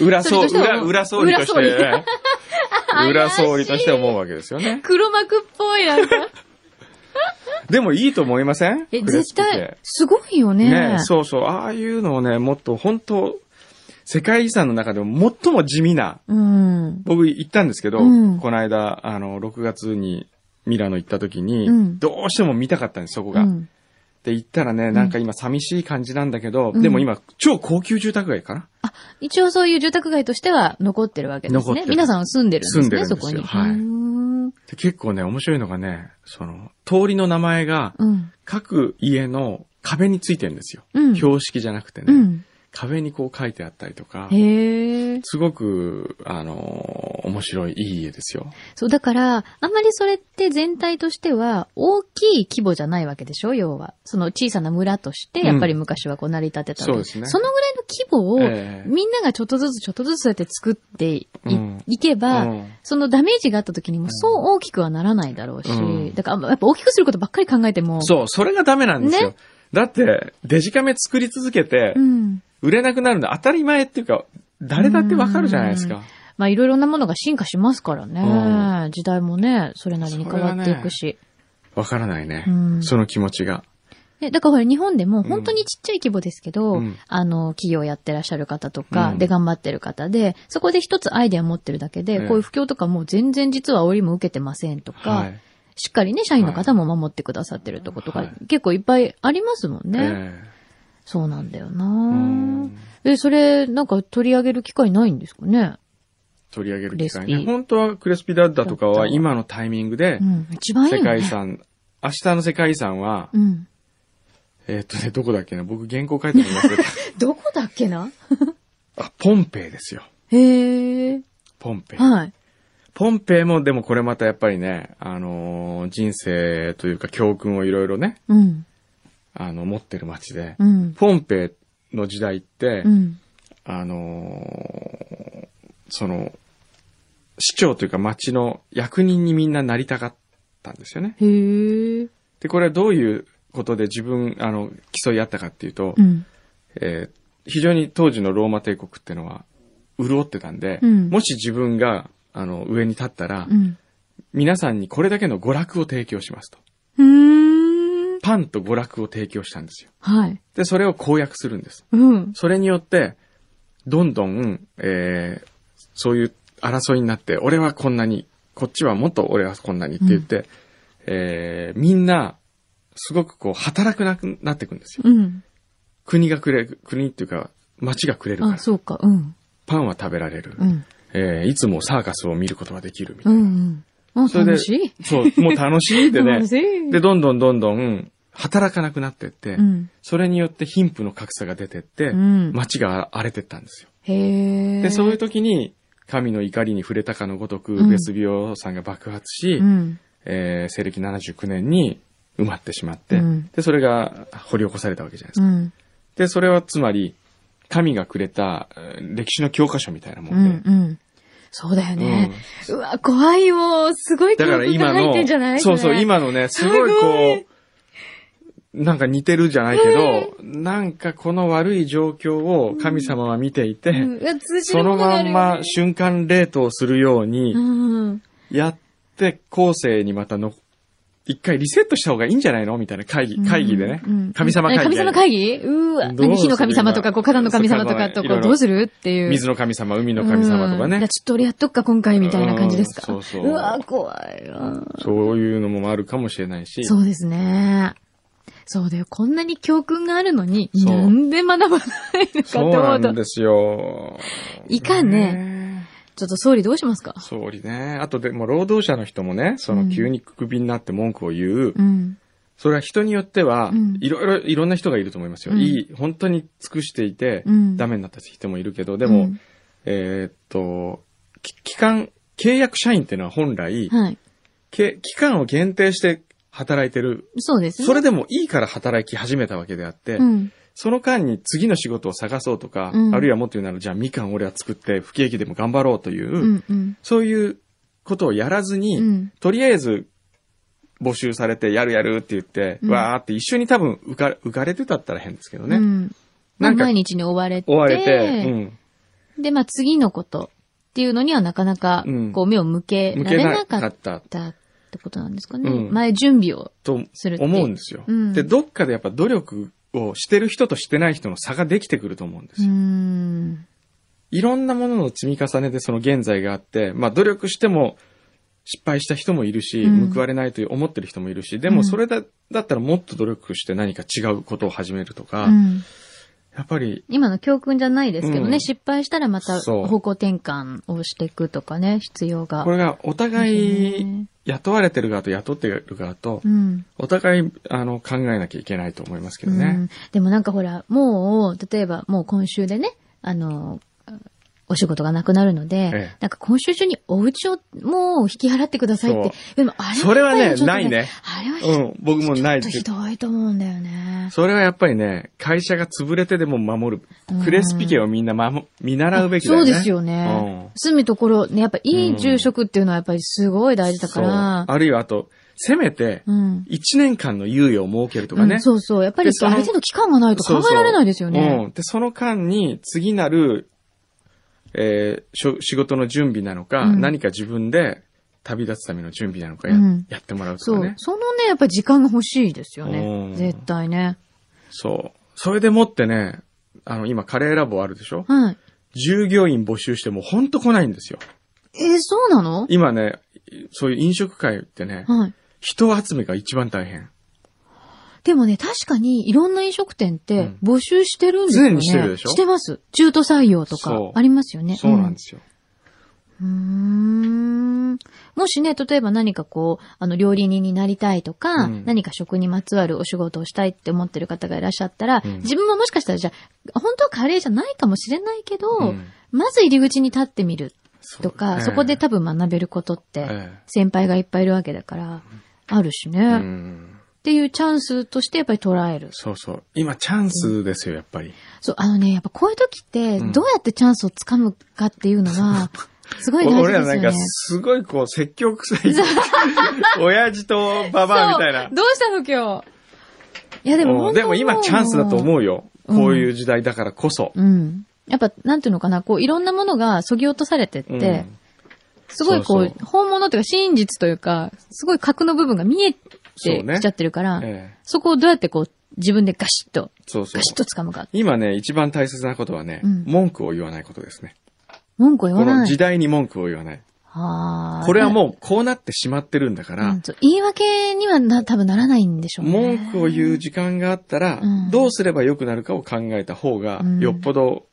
Speaker 2: 裏総、
Speaker 3: それとしては
Speaker 2: 裏、裏総理として、
Speaker 3: 裏
Speaker 2: ね 裏総理として思うわけですよね。
Speaker 3: 黒幕っぽい、 なんか。
Speaker 2: でもいいと思いません
Speaker 3: え、
Speaker 2: クレ
Speaker 3: 絶
Speaker 2: スピって
Speaker 3: 対、すごいよね。
Speaker 2: ねそうそう。ああいうのをね、もっと本当、世界遺産の中でも最も地味な、
Speaker 3: うん。
Speaker 2: 僕行ったんですけど、
Speaker 3: うん
Speaker 2: この間、あの、6月にミラノ行った時に、
Speaker 3: うん
Speaker 2: どうしても見たかったんです、そこ
Speaker 3: う
Speaker 2: が。
Speaker 3: ん。
Speaker 2: で、行ったらね、なんか今寂しい感じなんだけど、
Speaker 3: うん
Speaker 2: でも今、超高級住宅街かな、
Speaker 3: 一応そういう住宅街としては残ってるわけです
Speaker 2: 残って
Speaker 3: ね。
Speaker 2: る
Speaker 3: 皆さん住んでるんですね、
Speaker 2: 住んでるんです
Speaker 3: そこ
Speaker 2: よ
Speaker 3: に。
Speaker 2: はいう
Speaker 3: ーん
Speaker 2: で結構ね、面白いのがね、その、通りの名前が、
Speaker 3: うん。
Speaker 2: 各家の壁についてるんですよ。
Speaker 3: うん。
Speaker 2: 標識じゃなくてね、
Speaker 3: うん。
Speaker 2: 壁にこう書いてあったりとか、
Speaker 3: へえ。
Speaker 2: すごく、あのー面白い、いい家ですよ。
Speaker 3: そう、だから、あんまりそれって全体としては大きい規模じゃないわけでしょ要は。その小さな村として、
Speaker 2: うん
Speaker 3: やっぱり昔はこう成り立ってたわけ
Speaker 2: そうですね
Speaker 3: そのぐらいの規模を、
Speaker 2: ええ
Speaker 3: みんながちょっとずつちょっとずつそうやって作ってい,、
Speaker 2: うん
Speaker 3: いけば、
Speaker 2: うん
Speaker 3: そのダメージがあった時にもそう大きくはならないだろうし、
Speaker 2: うん
Speaker 3: だからやっぱ大きくすることばっかり考えても、
Speaker 2: そう、それがダメなんですよ。
Speaker 3: ね
Speaker 2: だって、デジカメ作り続けて
Speaker 3: う、ん。
Speaker 2: 売れなくなるの当たり前っていうか、誰だってわかるじゃないですか。
Speaker 3: まあいろいろなものが進化しますからね、
Speaker 2: う
Speaker 3: 時代もね、それなりに変わっていくし。
Speaker 2: わからないね、
Speaker 3: うん
Speaker 2: その気持ちが。
Speaker 3: え、だからほら日本でも本当にちっちゃい規模ですけど、
Speaker 2: うん
Speaker 3: あの、企業やってらっしゃる方とか、
Speaker 2: うん
Speaker 3: で頑張ってる方で、そこで一つアイデア持ってるだけで、
Speaker 2: ええ
Speaker 3: こういう不況とかもう全然実は煽りも受けてませんとか、
Speaker 2: はい。
Speaker 3: しっかりね、社員の方も守ってくださってるってことが、
Speaker 2: はい
Speaker 3: 結構いっぱいありますもんね。
Speaker 2: え
Speaker 3: そうなんだよ
Speaker 2: えう
Speaker 3: なんえ、それ、なんか取り上げる機会ないんですかね
Speaker 2: 取り上げる
Speaker 3: クレ
Speaker 2: 機会
Speaker 3: ス
Speaker 2: ね。
Speaker 3: ピ
Speaker 2: 本当はクレスピダッダとかは今のタイミングで
Speaker 3: う、ん、一番いいよ、ね。
Speaker 2: 世界遺産、明日の世界遺産は、
Speaker 3: うん。
Speaker 2: えーっとね、どこだっけな僕原稿書いても らって
Speaker 3: どこだっけな
Speaker 2: た。あ、ポンペイですよ。
Speaker 3: へえ。
Speaker 2: ポンペイ。
Speaker 3: はい。
Speaker 2: ポンペイもでもこれまたやっぱりね、あのー人生というか教訓をいろいろね、
Speaker 3: うん。
Speaker 2: あの、持ってる街で、
Speaker 3: うん。
Speaker 2: ポンペイの時代って、
Speaker 3: うん。
Speaker 2: あのーその、市長というか町の役人にみんななりたかったんですよね。
Speaker 3: へえ。
Speaker 2: で、これはどういうことで自分、あの、競い合ったかっていうと、
Speaker 3: うん。
Speaker 2: えー非常に当時のローマ帝国っていうのは、潤ってたんで、
Speaker 3: うん
Speaker 2: もし自分が、あの、上に立ったら、
Speaker 3: うん。
Speaker 2: 皆さんにこれだけの娯楽を提供しますと。
Speaker 3: うーん。
Speaker 2: パンと娯楽を提供したんですよ。
Speaker 3: はい。
Speaker 2: で、それを公約するんです。
Speaker 3: うん。
Speaker 2: それによって、どんどん、えーそういう争いになって、俺はこんなにこっちはもっと俺はこんなにって言って、えーみんな、すごくこう、働くなくなってくんですよ。
Speaker 3: うん。
Speaker 2: 国がくれ、国っていうか、町がくれるか
Speaker 3: あ、
Speaker 2: ら、
Speaker 3: そうか。うん。
Speaker 2: パンは食べられる、
Speaker 3: うん。
Speaker 2: えーいつもサーカスを見ることができるみた
Speaker 3: う
Speaker 2: いな。
Speaker 3: んうん。あ、
Speaker 2: それで
Speaker 3: 楽しい。
Speaker 2: そう、もう楽しいってね
Speaker 3: 楽。しい。
Speaker 2: で、どんどんどんどん、働かなくなってって、
Speaker 3: うん。
Speaker 2: それによって貧富の格差が出てって、
Speaker 3: うん
Speaker 2: 町が荒れてったんですよ。
Speaker 3: へえ。
Speaker 2: で、そういう時に、神の怒りに触れたかのごと
Speaker 3: う
Speaker 2: く、
Speaker 3: ん
Speaker 2: ベスビオさんが爆発し、
Speaker 3: うん。
Speaker 2: えー西暦79年に埋まってしまって、
Speaker 3: うん
Speaker 2: で、それが掘り起こされたわけじゃないで
Speaker 3: う
Speaker 2: すか。
Speaker 3: ん。
Speaker 2: で、それはつまり、神がくれたえー歴史の教科書みたいなも
Speaker 3: うん
Speaker 2: んで、
Speaker 3: うん。そうだよ
Speaker 2: うん
Speaker 3: ね。うわ、怖いよ。すごい記
Speaker 2: だから
Speaker 3: 憶
Speaker 2: 今
Speaker 3: が入
Speaker 2: の
Speaker 3: ってんじゃな、い
Speaker 2: そうそう、。
Speaker 3: れ
Speaker 2: 今のね、すごいこう、なんか似てるじゃないけど、なんかこの悪い状況を神様は見ていて、
Speaker 3: うんうわ通じ
Speaker 2: そ
Speaker 3: るもの
Speaker 2: の
Speaker 3: が
Speaker 2: ま
Speaker 3: あるよ
Speaker 2: ん
Speaker 3: ね
Speaker 2: ま瞬間冷凍するように
Speaker 3: うん。
Speaker 2: やって、後世にまたの、一回リセットした方がいいんじゃないのみたいな会議、会議でね
Speaker 3: うんうん。
Speaker 2: 神様会議。
Speaker 3: 神様会議うーわ。
Speaker 2: どうする
Speaker 3: 火の神様とか、こう、火山の神様とか
Speaker 2: そ
Speaker 3: と
Speaker 2: う火山いろい
Speaker 3: か、
Speaker 2: ろ
Speaker 3: どうするっていう。
Speaker 2: 水の神様、海の神様とか
Speaker 3: うんじゃ
Speaker 2: ね
Speaker 3: あ。ちょっと俺やっとくか、今回みたいな感じですか。
Speaker 2: うんそうそう
Speaker 3: わ、怖いわ。
Speaker 2: そういうのもあるかもしれないし。
Speaker 3: そうですね。そうだよ。こんなに教訓があるのに、
Speaker 2: そう
Speaker 3: なんで学ばないのかと
Speaker 2: そう
Speaker 3: 思
Speaker 2: な
Speaker 3: うと
Speaker 2: ん。ですよ。
Speaker 3: いかんねちょっと総理どうしますか
Speaker 2: 総理ね。あとでも労働者の人もね、その急にクビになって文句を言う。
Speaker 3: うん。
Speaker 2: それは人によっては
Speaker 3: うん、
Speaker 2: いろいろ、いろんな人がいると思いますよ。
Speaker 3: うん
Speaker 2: いい、本当に尽くしていて、
Speaker 3: うん
Speaker 2: ダメになった人もいるけど、でも、
Speaker 3: うん
Speaker 2: えーっと、き期間、契約社員っていうのは本来、
Speaker 3: はい。
Speaker 2: け期間を限定して働いてる。
Speaker 3: そうですね。
Speaker 2: それでもいいから働き始めたわけであって、
Speaker 3: うん。
Speaker 2: その間に次の仕事を探そうとか、
Speaker 3: うん
Speaker 2: あるいはもっと言うなら、じゃあみかん俺は作って不景気でも頑張ろうという、
Speaker 3: うん。うん。
Speaker 2: そういうことをやらずに、
Speaker 3: うん
Speaker 2: とりあえず募集されてやるやるって言って、
Speaker 3: うん
Speaker 2: わーって一緒に多分浮か浮かれてたったら変ですけどね。
Speaker 3: うん。ま
Speaker 2: な
Speaker 3: あ
Speaker 2: んか
Speaker 3: 毎日に追われて。
Speaker 2: 追われて、うん、
Speaker 3: で、まあ次のことっていうのにはなかなか
Speaker 2: うん、
Speaker 3: こう目を向け
Speaker 2: 向
Speaker 3: ら
Speaker 2: け
Speaker 3: れ
Speaker 2: な
Speaker 3: なか
Speaker 2: か
Speaker 3: っ
Speaker 2: った
Speaker 3: たってことなんですかね。
Speaker 2: うん
Speaker 3: 前準備を。
Speaker 2: と
Speaker 3: するって
Speaker 2: 思うんですよ。
Speaker 3: うん
Speaker 2: で、どっかでやっぱ努力をしてる人としてない人の差ができてくると思うんで
Speaker 3: う
Speaker 2: す
Speaker 3: ー
Speaker 2: よ。
Speaker 3: ん。
Speaker 2: いろんなものの積み重ねでその現在があって、まあ努力しても失敗した人もいるし、
Speaker 3: うん
Speaker 2: 報われないと思ってる人もいるし、で
Speaker 3: う
Speaker 2: も
Speaker 3: ん
Speaker 2: それだだったらもっと努力して何か違うことを始めるとか、
Speaker 3: うん
Speaker 2: やっぱり
Speaker 3: 今の教訓じゃないですけどね、
Speaker 2: うん
Speaker 3: 失敗したらまた
Speaker 2: そう
Speaker 3: 方向転換をしていくとかね、必要が。
Speaker 2: これがお互
Speaker 3: ね
Speaker 2: い雇われてる側と雇ってる側と
Speaker 3: う、ん。
Speaker 2: お互いあの考えなきゃいけないと思いますけど
Speaker 3: う
Speaker 2: ね。
Speaker 3: ん。でもなんかほら、もう、例えばもう今週でね、あの、お仕事がなくなるので、
Speaker 2: ええ
Speaker 3: なんか今週中にお家をもう引き払ってくださいっ
Speaker 2: そう
Speaker 3: て。でもあれ
Speaker 2: それは
Speaker 3: やっぱ
Speaker 2: ね、
Speaker 3: りちょっと
Speaker 2: ないね。
Speaker 3: あれはひど
Speaker 2: う
Speaker 3: い
Speaker 2: ん、僕もない
Speaker 3: ちょっと
Speaker 2: け
Speaker 3: ひ
Speaker 2: ど
Speaker 3: どいと思うんだよね。
Speaker 2: それはやっぱりね、会社が潰れてでも守る。クレスピ家をみんな守、見習うべきだよ
Speaker 3: そう
Speaker 2: ね。
Speaker 3: ですよね。住むところ、ね、やっぱいい住職っていうのはやっぱりすごい大事だか
Speaker 2: うん
Speaker 3: ら。
Speaker 2: そうあるいはあと、せめて、
Speaker 3: うん。
Speaker 2: 1年間の猶予を設けるとか
Speaker 3: う
Speaker 2: ね。
Speaker 3: んそうそう。やっぱり
Speaker 2: でそ
Speaker 3: あ
Speaker 2: の
Speaker 3: る程度期間がないと考えられないですよね。
Speaker 2: そうそううん。で、その間に、次なる、えーしょ仕事の準備なのか、
Speaker 3: うん
Speaker 2: 何か自分で旅立つための準備なのかや、
Speaker 3: うん
Speaker 2: やってもらうと
Speaker 3: そ
Speaker 2: か
Speaker 3: う。
Speaker 2: ね。
Speaker 3: そのね、やっぱり時間が欲しいですよ
Speaker 2: うん
Speaker 3: ね。絶対ね。
Speaker 2: そう。それでもってね、あの、今、カレーラボあるでしょ
Speaker 3: はい。
Speaker 2: 従業員募集してもほんと来ないんですよ。
Speaker 3: えーそうなの
Speaker 2: 今ね、そういう飲食会ってね、
Speaker 3: はい。
Speaker 2: 人集めが一番大変。
Speaker 3: でもね、確かにいろんな飲食店っ
Speaker 2: う
Speaker 3: て
Speaker 2: ん
Speaker 3: 募集してるんですよね。
Speaker 2: 常にしてるでしょ
Speaker 3: してます。中途採用と
Speaker 2: そう
Speaker 3: かありますよね。
Speaker 2: そうなんですよ。
Speaker 3: うーんもしね、例えば何かこう、あの、料理人になりたいとか、
Speaker 2: うん
Speaker 3: 何か食にまつわるお仕事をしたいって思ってる方がいらっしゃったら、
Speaker 2: うん
Speaker 3: 自分ももしかしたらじゃあ、本当はカレーじゃないかもしれないけど、
Speaker 2: うん
Speaker 3: まず入り口に立ってみる
Speaker 2: そう
Speaker 3: とか、
Speaker 2: ええ
Speaker 3: そこで多分学べることって、
Speaker 2: え
Speaker 3: 先輩がいっぱいいるわけだから、あるしね、
Speaker 2: えう
Speaker 3: っ
Speaker 2: ん
Speaker 3: ていうチャンスとしてやっぱり捉える。
Speaker 2: そうそう。今、チャンスですよ、やっぱり。
Speaker 3: そう、あのね、やっぱこういう時って、
Speaker 2: うん
Speaker 3: どうやってチャンスをつかむかっていうの は、すごい大事
Speaker 2: 俺
Speaker 3: で
Speaker 2: ら
Speaker 3: すよね。
Speaker 2: なんか、すごいこう、説教臭い。 親父とババアみたいな
Speaker 3: そう。どうしたの今日。いやでも
Speaker 2: う
Speaker 3: 本
Speaker 2: ん
Speaker 3: 当
Speaker 2: でも今、チャンスだと
Speaker 3: う。
Speaker 2: 思うよ。
Speaker 3: うん
Speaker 2: こういう時代だからこそ。
Speaker 3: うん。やっぱ、なんていうのかな、こう、いろんなものがそぎ落とされてって、
Speaker 2: うん
Speaker 3: すごいこう、
Speaker 2: そうそ
Speaker 3: 本物というか真実というか、すごい核の部分が見えて
Speaker 2: そうね
Speaker 3: きちゃってるから、そ,、
Speaker 2: ええ
Speaker 3: こをどうやってこう、自分でガシッと、
Speaker 2: そうそう
Speaker 3: ガ。シッと掴むか。
Speaker 2: 今ね、一番大切なことはね、
Speaker 3: うん
Speaker 2: 文句を言わないことですね。
Speaker 3: 文句を言
Speaker 2: こ
Speaker 3: わ
Speaker 2: の
Speaker 3: な
Speaker 2: 時
Speaker 3: い。
Speaker 2: 代に文句を言わない。
Speaker 3: あー
Speaker 2: これはもうこうなってしまってるんだか
Speaker 3: う
Speaker 2: ら
Speaker 3: ん、そう言い訳にはな、多分ならないんでしょうね。
Speaker 2: 文句を言う時間があったら
Speaker 3: うん、
Speaker 2: どうすれば良くなるかを考えた方が、よっぽど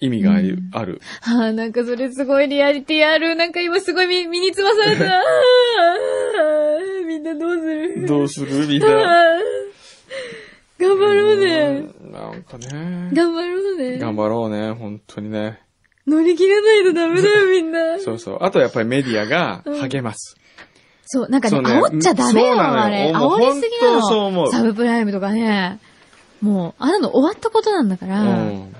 Speaker 2: 意味がある
Speaker 3: うん
Speaker 2: ある。
Speaker 3: はあ、なんかそれすごいリアリティある。なんか今すごい身身につまさ れた。あーみんなどうする
Speaker 2: どうするみん
Speaker 3: あー
Speaker 2: な。
Speaker 3: 頑張ろうね。
Speaker 2: うんなんかね。
Speaker 3: 頑張ろうね。
Speaker 2: 頑張ろうね、本当にね。
Speaker 3: 乗り切れないとダメだよ、みんな。
Speaker 2: そうそう。あとやっぱりメディアが励ます。
Speaker 3: そう、なんかね、
Speaker 2: そうね
Speaker 3: 煽っちゃダメよ、
Speaker 2: そうなのよ
Speaker 3: あれ。
Speaker 2: もう
Speaker 3: 煽りすぎな
Speaker 2: 本当そう思
Speaker 3: の。
Speaker 2: う
Speaker 3: サブプライムとかね。もう、あんなの終わったことなんだか
Speaker 2: う
Speaker 3: ら、
Speaker 2: ん。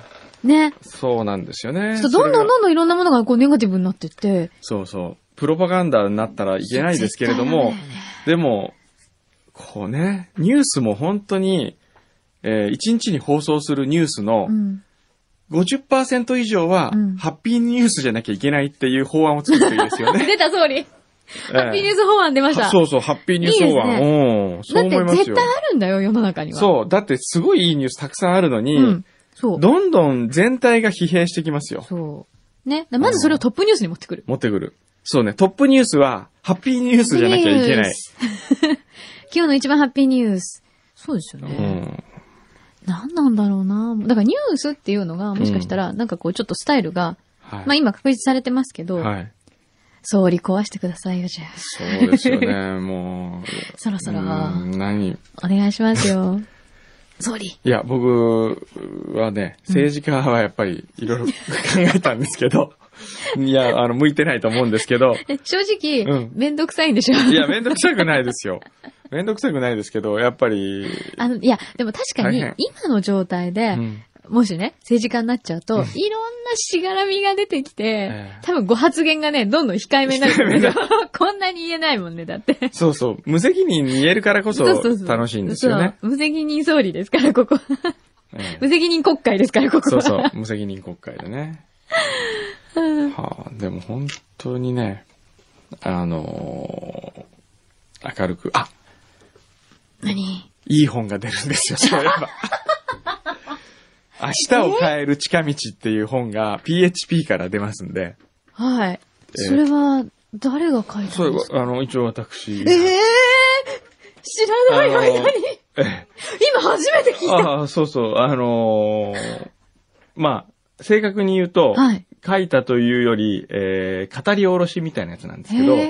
Speaker 3: ね。
Speaker 2: そうなんですよ
Speaker 3: ち
Speaker 2: ね。
Speaker 3: ょっとどんどんどんどんいろんなものがこうネガティブになってって。
Speaker 2: それがそうそう。プロパガンダになったらいけないですけれども、でも、こうね、ニュースも本当に、えー一日に放送するニュースの
Speaker 3: うん。
Speaker 2: 50%以上は
Speaker 3: うん、
Speaker 2: ハッピーニュースじゃなきゃいけないっていう法案を作ってるんですよね。
Speaker 3: 出た、総理。
Speaker 2: ええ
Speaker 3: ハッピーニュース法案出ました。
Speaker 2: そうそう、ハッピーニュース法案。
Speaker 3: いいです
Speaker 2: うん、そ
Speaker 3: だ
Speaker 2: う
Speaker 3: っ
Speaker 2: 思いま
Speaker 3: て
Speaker 2: す
Speaker 3: 絶
Speaker 2: よ
Speaker 3: 対。あるんだよ、世の中には。
Speaker 2: そう、だってすごいいいニュースたくさんあるのに、
Speaker 3: うん。そう。
Speaker 2: どんどん全体が疲弊してきますよ。
Speaker 3: そう。ね。まずそれをトップニュースに持ってくる。
Speaker 2: 持ってくる。そうね、トップニュースは、ハッピーニュースじゃなきゃいけない。
Speaker 3: 今日の一番ハッピーニュース。そうですよ
Speaker 2: う
Speaker 3: ね。
Speaker 2: ん。
Speaker 3: 何なんだろうなだからニュースっていうのが、もしかしたら、なんかこう、ちょっとスタイルが、
Speaker 2: はい。
Speaker 3: まあ今確立されてますけど、
Speaker 2: はい。
Speaker 3: 総理壊してくださいよ、じゃあ。
Speaker 2: そうですよね、 もう。
Speaker 3: そろそろ、
Speaker 2: うん何い
Speaker 3: お願いしますよ。 総理。
Speaker 2: や、僕はね、政治家はやっぱりいろいろ考えたんですけど、 いや、あの、向いてないと思うんですけど、
Speaker 3: え正直、
Speaker 2: うん
Speaker 3: めんどくさいんでしょ
Speaker 2: いや、めんどくさくないですよ。めんどくさくないですけど、やっぱり、
Speaker 3: あの、いや、でも確かに
Speaker 2: 大変、
Speaker 3: 今の状態
Speaker 2: う
Speaker 3: で、
Speaker 2: ん、
Speaker 3: もしね、政治家になっちゃうと、いろんなしがらみが出てきて、
Speaker 2: ええ
Speaker 3: 多分ご発言がね、どんどん控えめに なると思うんですよ。こんなに言えないもんね、だって。
Speaker 2: そうそう、無責任に言えるからこそ楽しいんですよね。
Speaker 3: そう無責任総理ですから、こ こ。
Speaker 2: ええ
Speaker 3: 無責任国会ですから、ここ
Speaker 2: そ
Speaker 3: は。
Speaker 2: うそう、無責任国会でね。はあ、でも本当にね、あのー明るく、あ、
Speaker 3: 何
Speaker 2: いい本が出るんですよ、そういえば。明日を変える近道っていう本が PHP から出ますんで。
Speaker 3: はい。それは、誰が書いた
Speaker 2: そ
Speaker 3: ん
Speaker 2: うい
Speaker 3: で
Speaker 2: え
Speaker 3: すか
Speaker 2: ば、あの、一応私。
Speaker 3: ええー、知らない間に、
Speaker 2: あのえ
Speaker 3: 今初めて聞いた。
Speaker 2: ああ、そうそう、あのーまあ、正確に言うと、
Speaker 3: はい
Speaker 2: 書いたというより、えー、語り下ろしみたいなやつなんですけど、
Speaker 3: へ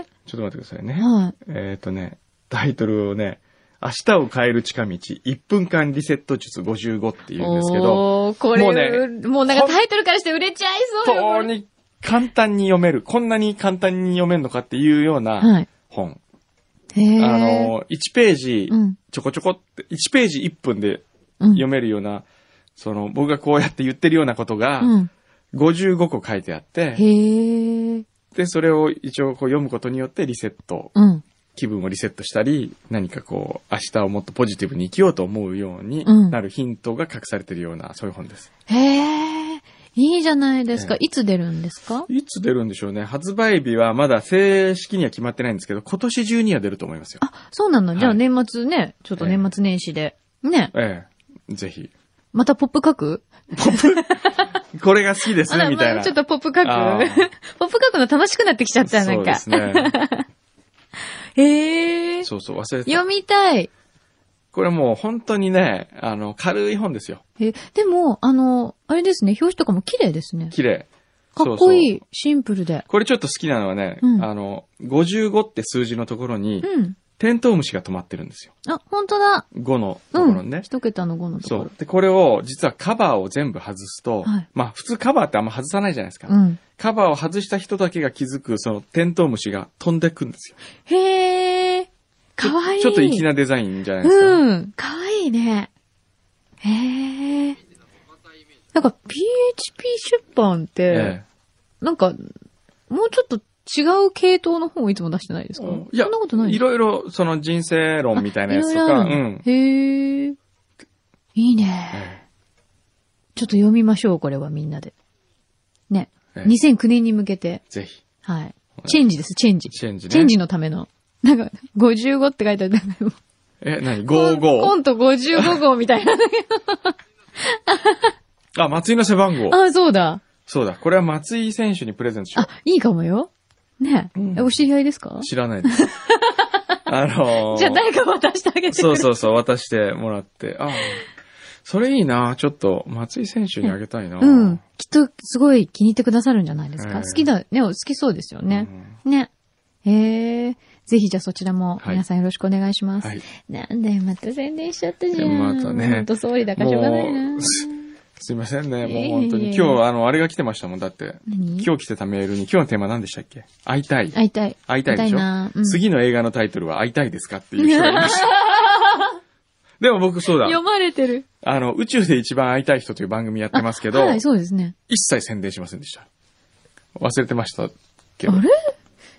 Speaker 3: え
Speaker 2: ちょっと待ってください
Speaker 3: ー。
Speaker 2: ね。
Speaker 3: はい。
Speaker 2: えっ、とね、タイトルをね、明日を変える近道、1分間リセット術55っていうんですけど、
Speaker 3: おーこれ、も
Speaker 2: も
Speaker 3: う
Speaker 2: う
Speaker 3: なんかタイトルからして売れちゃいそうよ。こ
Speaker 2: 本当
Speaker 3: れ
Speaker 2: に簡単に読める。こんなに簡単に読めるのかっていうよう
Speaker 3: は。
Speaker 2: ない本。
Speaker 3: へー
Speaker 2: あ、の、1ページ
Speaker 3: うん、
Speaker 2: ちょこちょこって、1ページ1分で
Speaker 3: うん
Speaker 2: 読めるような、その、僕がこうやって言ってるようなことが、
Speaker 3: うん。
Speaker 2: 55個書いてあって、
Speaker 3: へえ。
Speaker 2: で、それを一応こう読むことによってリセット、
Speaker 3: うん。
Speaker 2: 気分をリセットしたり、何かこう、明日をもっとポジティブに生きようと思うように
Speaker 3: うん
Speaker 2: なるヒントが隠されてるような、そういう本です。
Speaker 3: へえ。いいじゃないですか
Speaker 2: え。え
Speaker 3: いつ出るんですか
Speaker 2: いつ出るんでしょうね。発売日はまだ正式には決まってないんですけど、今年中には出ると思いますよ。
Speaker 3: あ、そうなの。じゃあ
Speaker 2: はい
Speaker 3: 年末ね、ちょっと年末年始で。ね。
Speaker 2: ええ、ぜひ。
Speaker 3: またポップ書く
Speaker 2: これが好きです
Speaker 3: あら
Speaker 2: ね、みたい
Speaker 3: ま
Speaker 2: な。
Speaker 3: あちょっとポップ書く ポ
Speaker 2: あー
Speaker 3: ップ書くの楽しくなってきちゃった、な
Speaker 2: そ
Speaker 3: ん
Speaker 2: うで
Speaker 3: か。
Speaker 2: すね。
Speaker 3: へえ。
Speaker 2: そうそう、忘れて
Speaker 3: 読
Speaker 2: た。
Speaker 3: みたい。
Speaker 2: これもう本当にね、あの、軽い本ですよ。
Speaker 3: え、でも、あの、あれですね、表紙とかも綺麗ですね。
Speaker 2: 綺麗。
Speaker 3: かっこいい、
Speaker 2: そうそう
Speaker 3: シンプルで。
Speaker 2: これちょっと好きなのはね、
Speaker 3: うん
Speaker 2: あの、55って数字のところに、
Speaker 3: うん。
Speaker 2: テントウムシが止まってるんですよ。
Speaker 3: あ、本当だ。
Speaker 2: 5のとこ
Speaker 3: う
Speaker 2: ろに
Speaker 3: ん。
Speaker 2: ね。
Speaker 3: 一桁の5のと
Speaker 2: そ
Speaker 3: ころ
Speaker 2: う。。で、これを、実はカバーを全部外すと、
Speaker 3: はい
Speaker 2: まあ普通カバーってあんま外さないじゃないですか。
Speaker 3: うん。
Speaker 2: カバーを外した人だけが気づく、そのテントウムシが飛んでくんですよ。
Speaker 3: へえ。かわいい。
Speaker 2: ちょっと粋なデザインじゃないですか。
Speaker 3: うん。かわいいね。へえ。なんか PHP 出版って、
Speaker 2: ええ
Speaker 3: なんか、もうちょっと違う系統の本をいつも出してないですか
Speaker 2: いや
Speaker 3: そんなことない
Speaker 2: いろいろ、その人生論みたいなやつと
Speaker 3: あ
Speaker 2: か、
Speaker 3: ろ
Speaker 2: う
Speaker 3: いろある
Speaker 2: ん。
Speaker 3: へえ。いいね。
Speaker 2: え
Speaker 3: ちょっと読みましょう、これはみんなで。ね。
Speaker 2: ええ
Speaker 3: 2009年に向けて。
Speaker 2: えぜひ。
Speaker 3: はい。チェンジです、チェンジ。
Speaker 2: チェンジね
Speaker 3: チェンジのための。なんか、55って書いてある。なんかもう
Speaker 2: え、何
Speaker 3: コ
Speaker 2: ?55?
Speaker 3: ント55号みたいな。
Speaker 2: あ、松井の背番号。
Speaker 3: あ、そうだ。
Speaker 2: そうだ、これは松井選手にプレゼントしよ
Speaker 3: あ、いいかもよ。ねえ、
Speaker 2: うん
Speaker 3: えお知り合いですか
Speaker 2: う。知らな いです。あのー
Speaker 3: じゃあ誰か渡してあげてくれ
Speaker 2: そうそうそう、渡してもらって。ああ、それいいな。ちょっと、松井選手にあげたいな。
Speaker 3: うん。きっと、すごい気に入ってくださるんじゃないですか。
Speaker 2: ええ
Speaker 3: 好きだ、ね、好きそうですよね。ね。へえ。ぜひじゃあそちらも
Speaker 2: はい
Speaker 3: 皆さんよろしくお願いします。
Speaker 2: はい
Speaker 3: なんだよ、また宣伝しちゃったじゃん。
Speaker 2: またね
Speaker 3: ほんと総理だからしょうがない
Speaker 2: も
Speaker 3: な
Speaker 2: う。すいませんね。
Speaker 3: いえいえいえ
Speaker 2: もう本当に。今日、あの、あれが来てましたもん。だって、
Speaker 3: 何
Speaker 2: 今日来てたメールに、今日のテーマ何でしたっけ会いたい。
Speaker 3: 会いたい。
Speaker 2: 会いたいでしょ
Speaker 3: 会なうん
Speaker 2: 次の映画のタイトルは会いたいですかっていう人がい ました。でも僕そうだ。
Speaker 3: 読まれてる。
Speaker 2: あの、宇宙で一番会いたい人という番組やってますけど、
Speaker 3: はい、そうですね。
Speaker 2: 一切宣伝しませんでした。忘れてましたけど
Speaker 3: あ、れ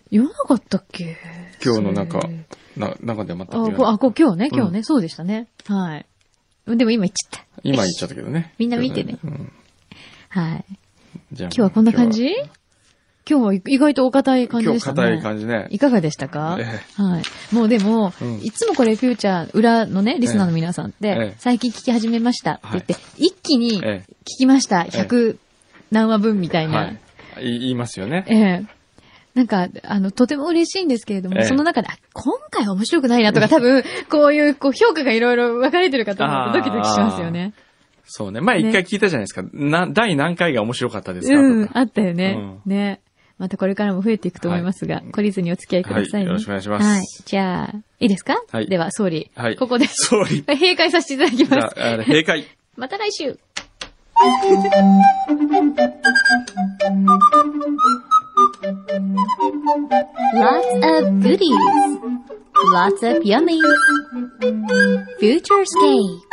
Speaker 3: 読まなかったっけ
Speaker 2: 今日の中
Speaker 3: それ、
Speaker 2: な、中では全く
Speaker 3: あ、
Speaker 2: 言
Speaker 3: こ
Speaker 2: わな
Speaker 3: あ
Speaker 2: い。
Speaker 3: こ今日ね、今日ね、そうでしたね。はい。でも今言っちゃっ
Speaker 2: 今言っちゃったけどね。
Speaker 3: みんな見てね
Speaker 2: うん
Speaker 3: た。はい。
Speaker 2: じゃあ
Speaker 3: 今日はこんな感じ今日は意外とお堅い感じ
Speaker 2: 今
Speaker 3: で
Speaker 2: 日
Speaker 3: したね。
Speaker 2: 硬い感じね。
Speaker 3: いかがでしたか、
Speaker 2: え
Speaker 3: はい。もうでも、
Speaker 2: うん
Speaker 3: いつもこれフューチャー裏のね、リスナーの皆さんって、
Speaker 2: ええ
Speaker 3: 最近聞き始めましたって言って、一気に聞
Speaker 2: ええ
Speaker 3: きました。
Speaker 2: え
Speaker 3: 100何話分みたいな。
Speaker 2: はい。い言いますよね。
Speaker 3: ええなんか、あの、とても嬉しいんですけれども、
Speaker 2: ええ
Speaker 3: その中で、あ、今回面白くないなとか、多分、こういう、こう、評価がいろいろ分かれてるかと思うと
Speaker 2: あー
Speaker 3: ドキドキしますよね。
Speaker 2: そうね。前一回聞いたじゃないですか。な、第何回が面白かったですか
Speaker 3: うん
Speaker 2: と、
Speaker 3: あ
Speaker 2: か。
Speaker 3: ったよね。ね。またこれからも増えていくと思いますが、
Speaker 2: はい
Speaker 3: 懲りずにお付き合いくださいね。
Speaker 2: はいよろしくお願いします
Speaker 3: はい。じゃあ、いいですか
Speaker 2: はい
Speaker 3: では、総理。
Speaker 2: はい
Speaker 3: ここで、
Speaker 2: 総理。
Speaker 3: 閉会させていただき
Speaker 2: じゃ
Speaker 3: ます。
Speaker 2: あ、あれ閉会。
Speaker 3: また来週。
Speaker 4: Lots of goodies. Lots of yummies. Futurescape.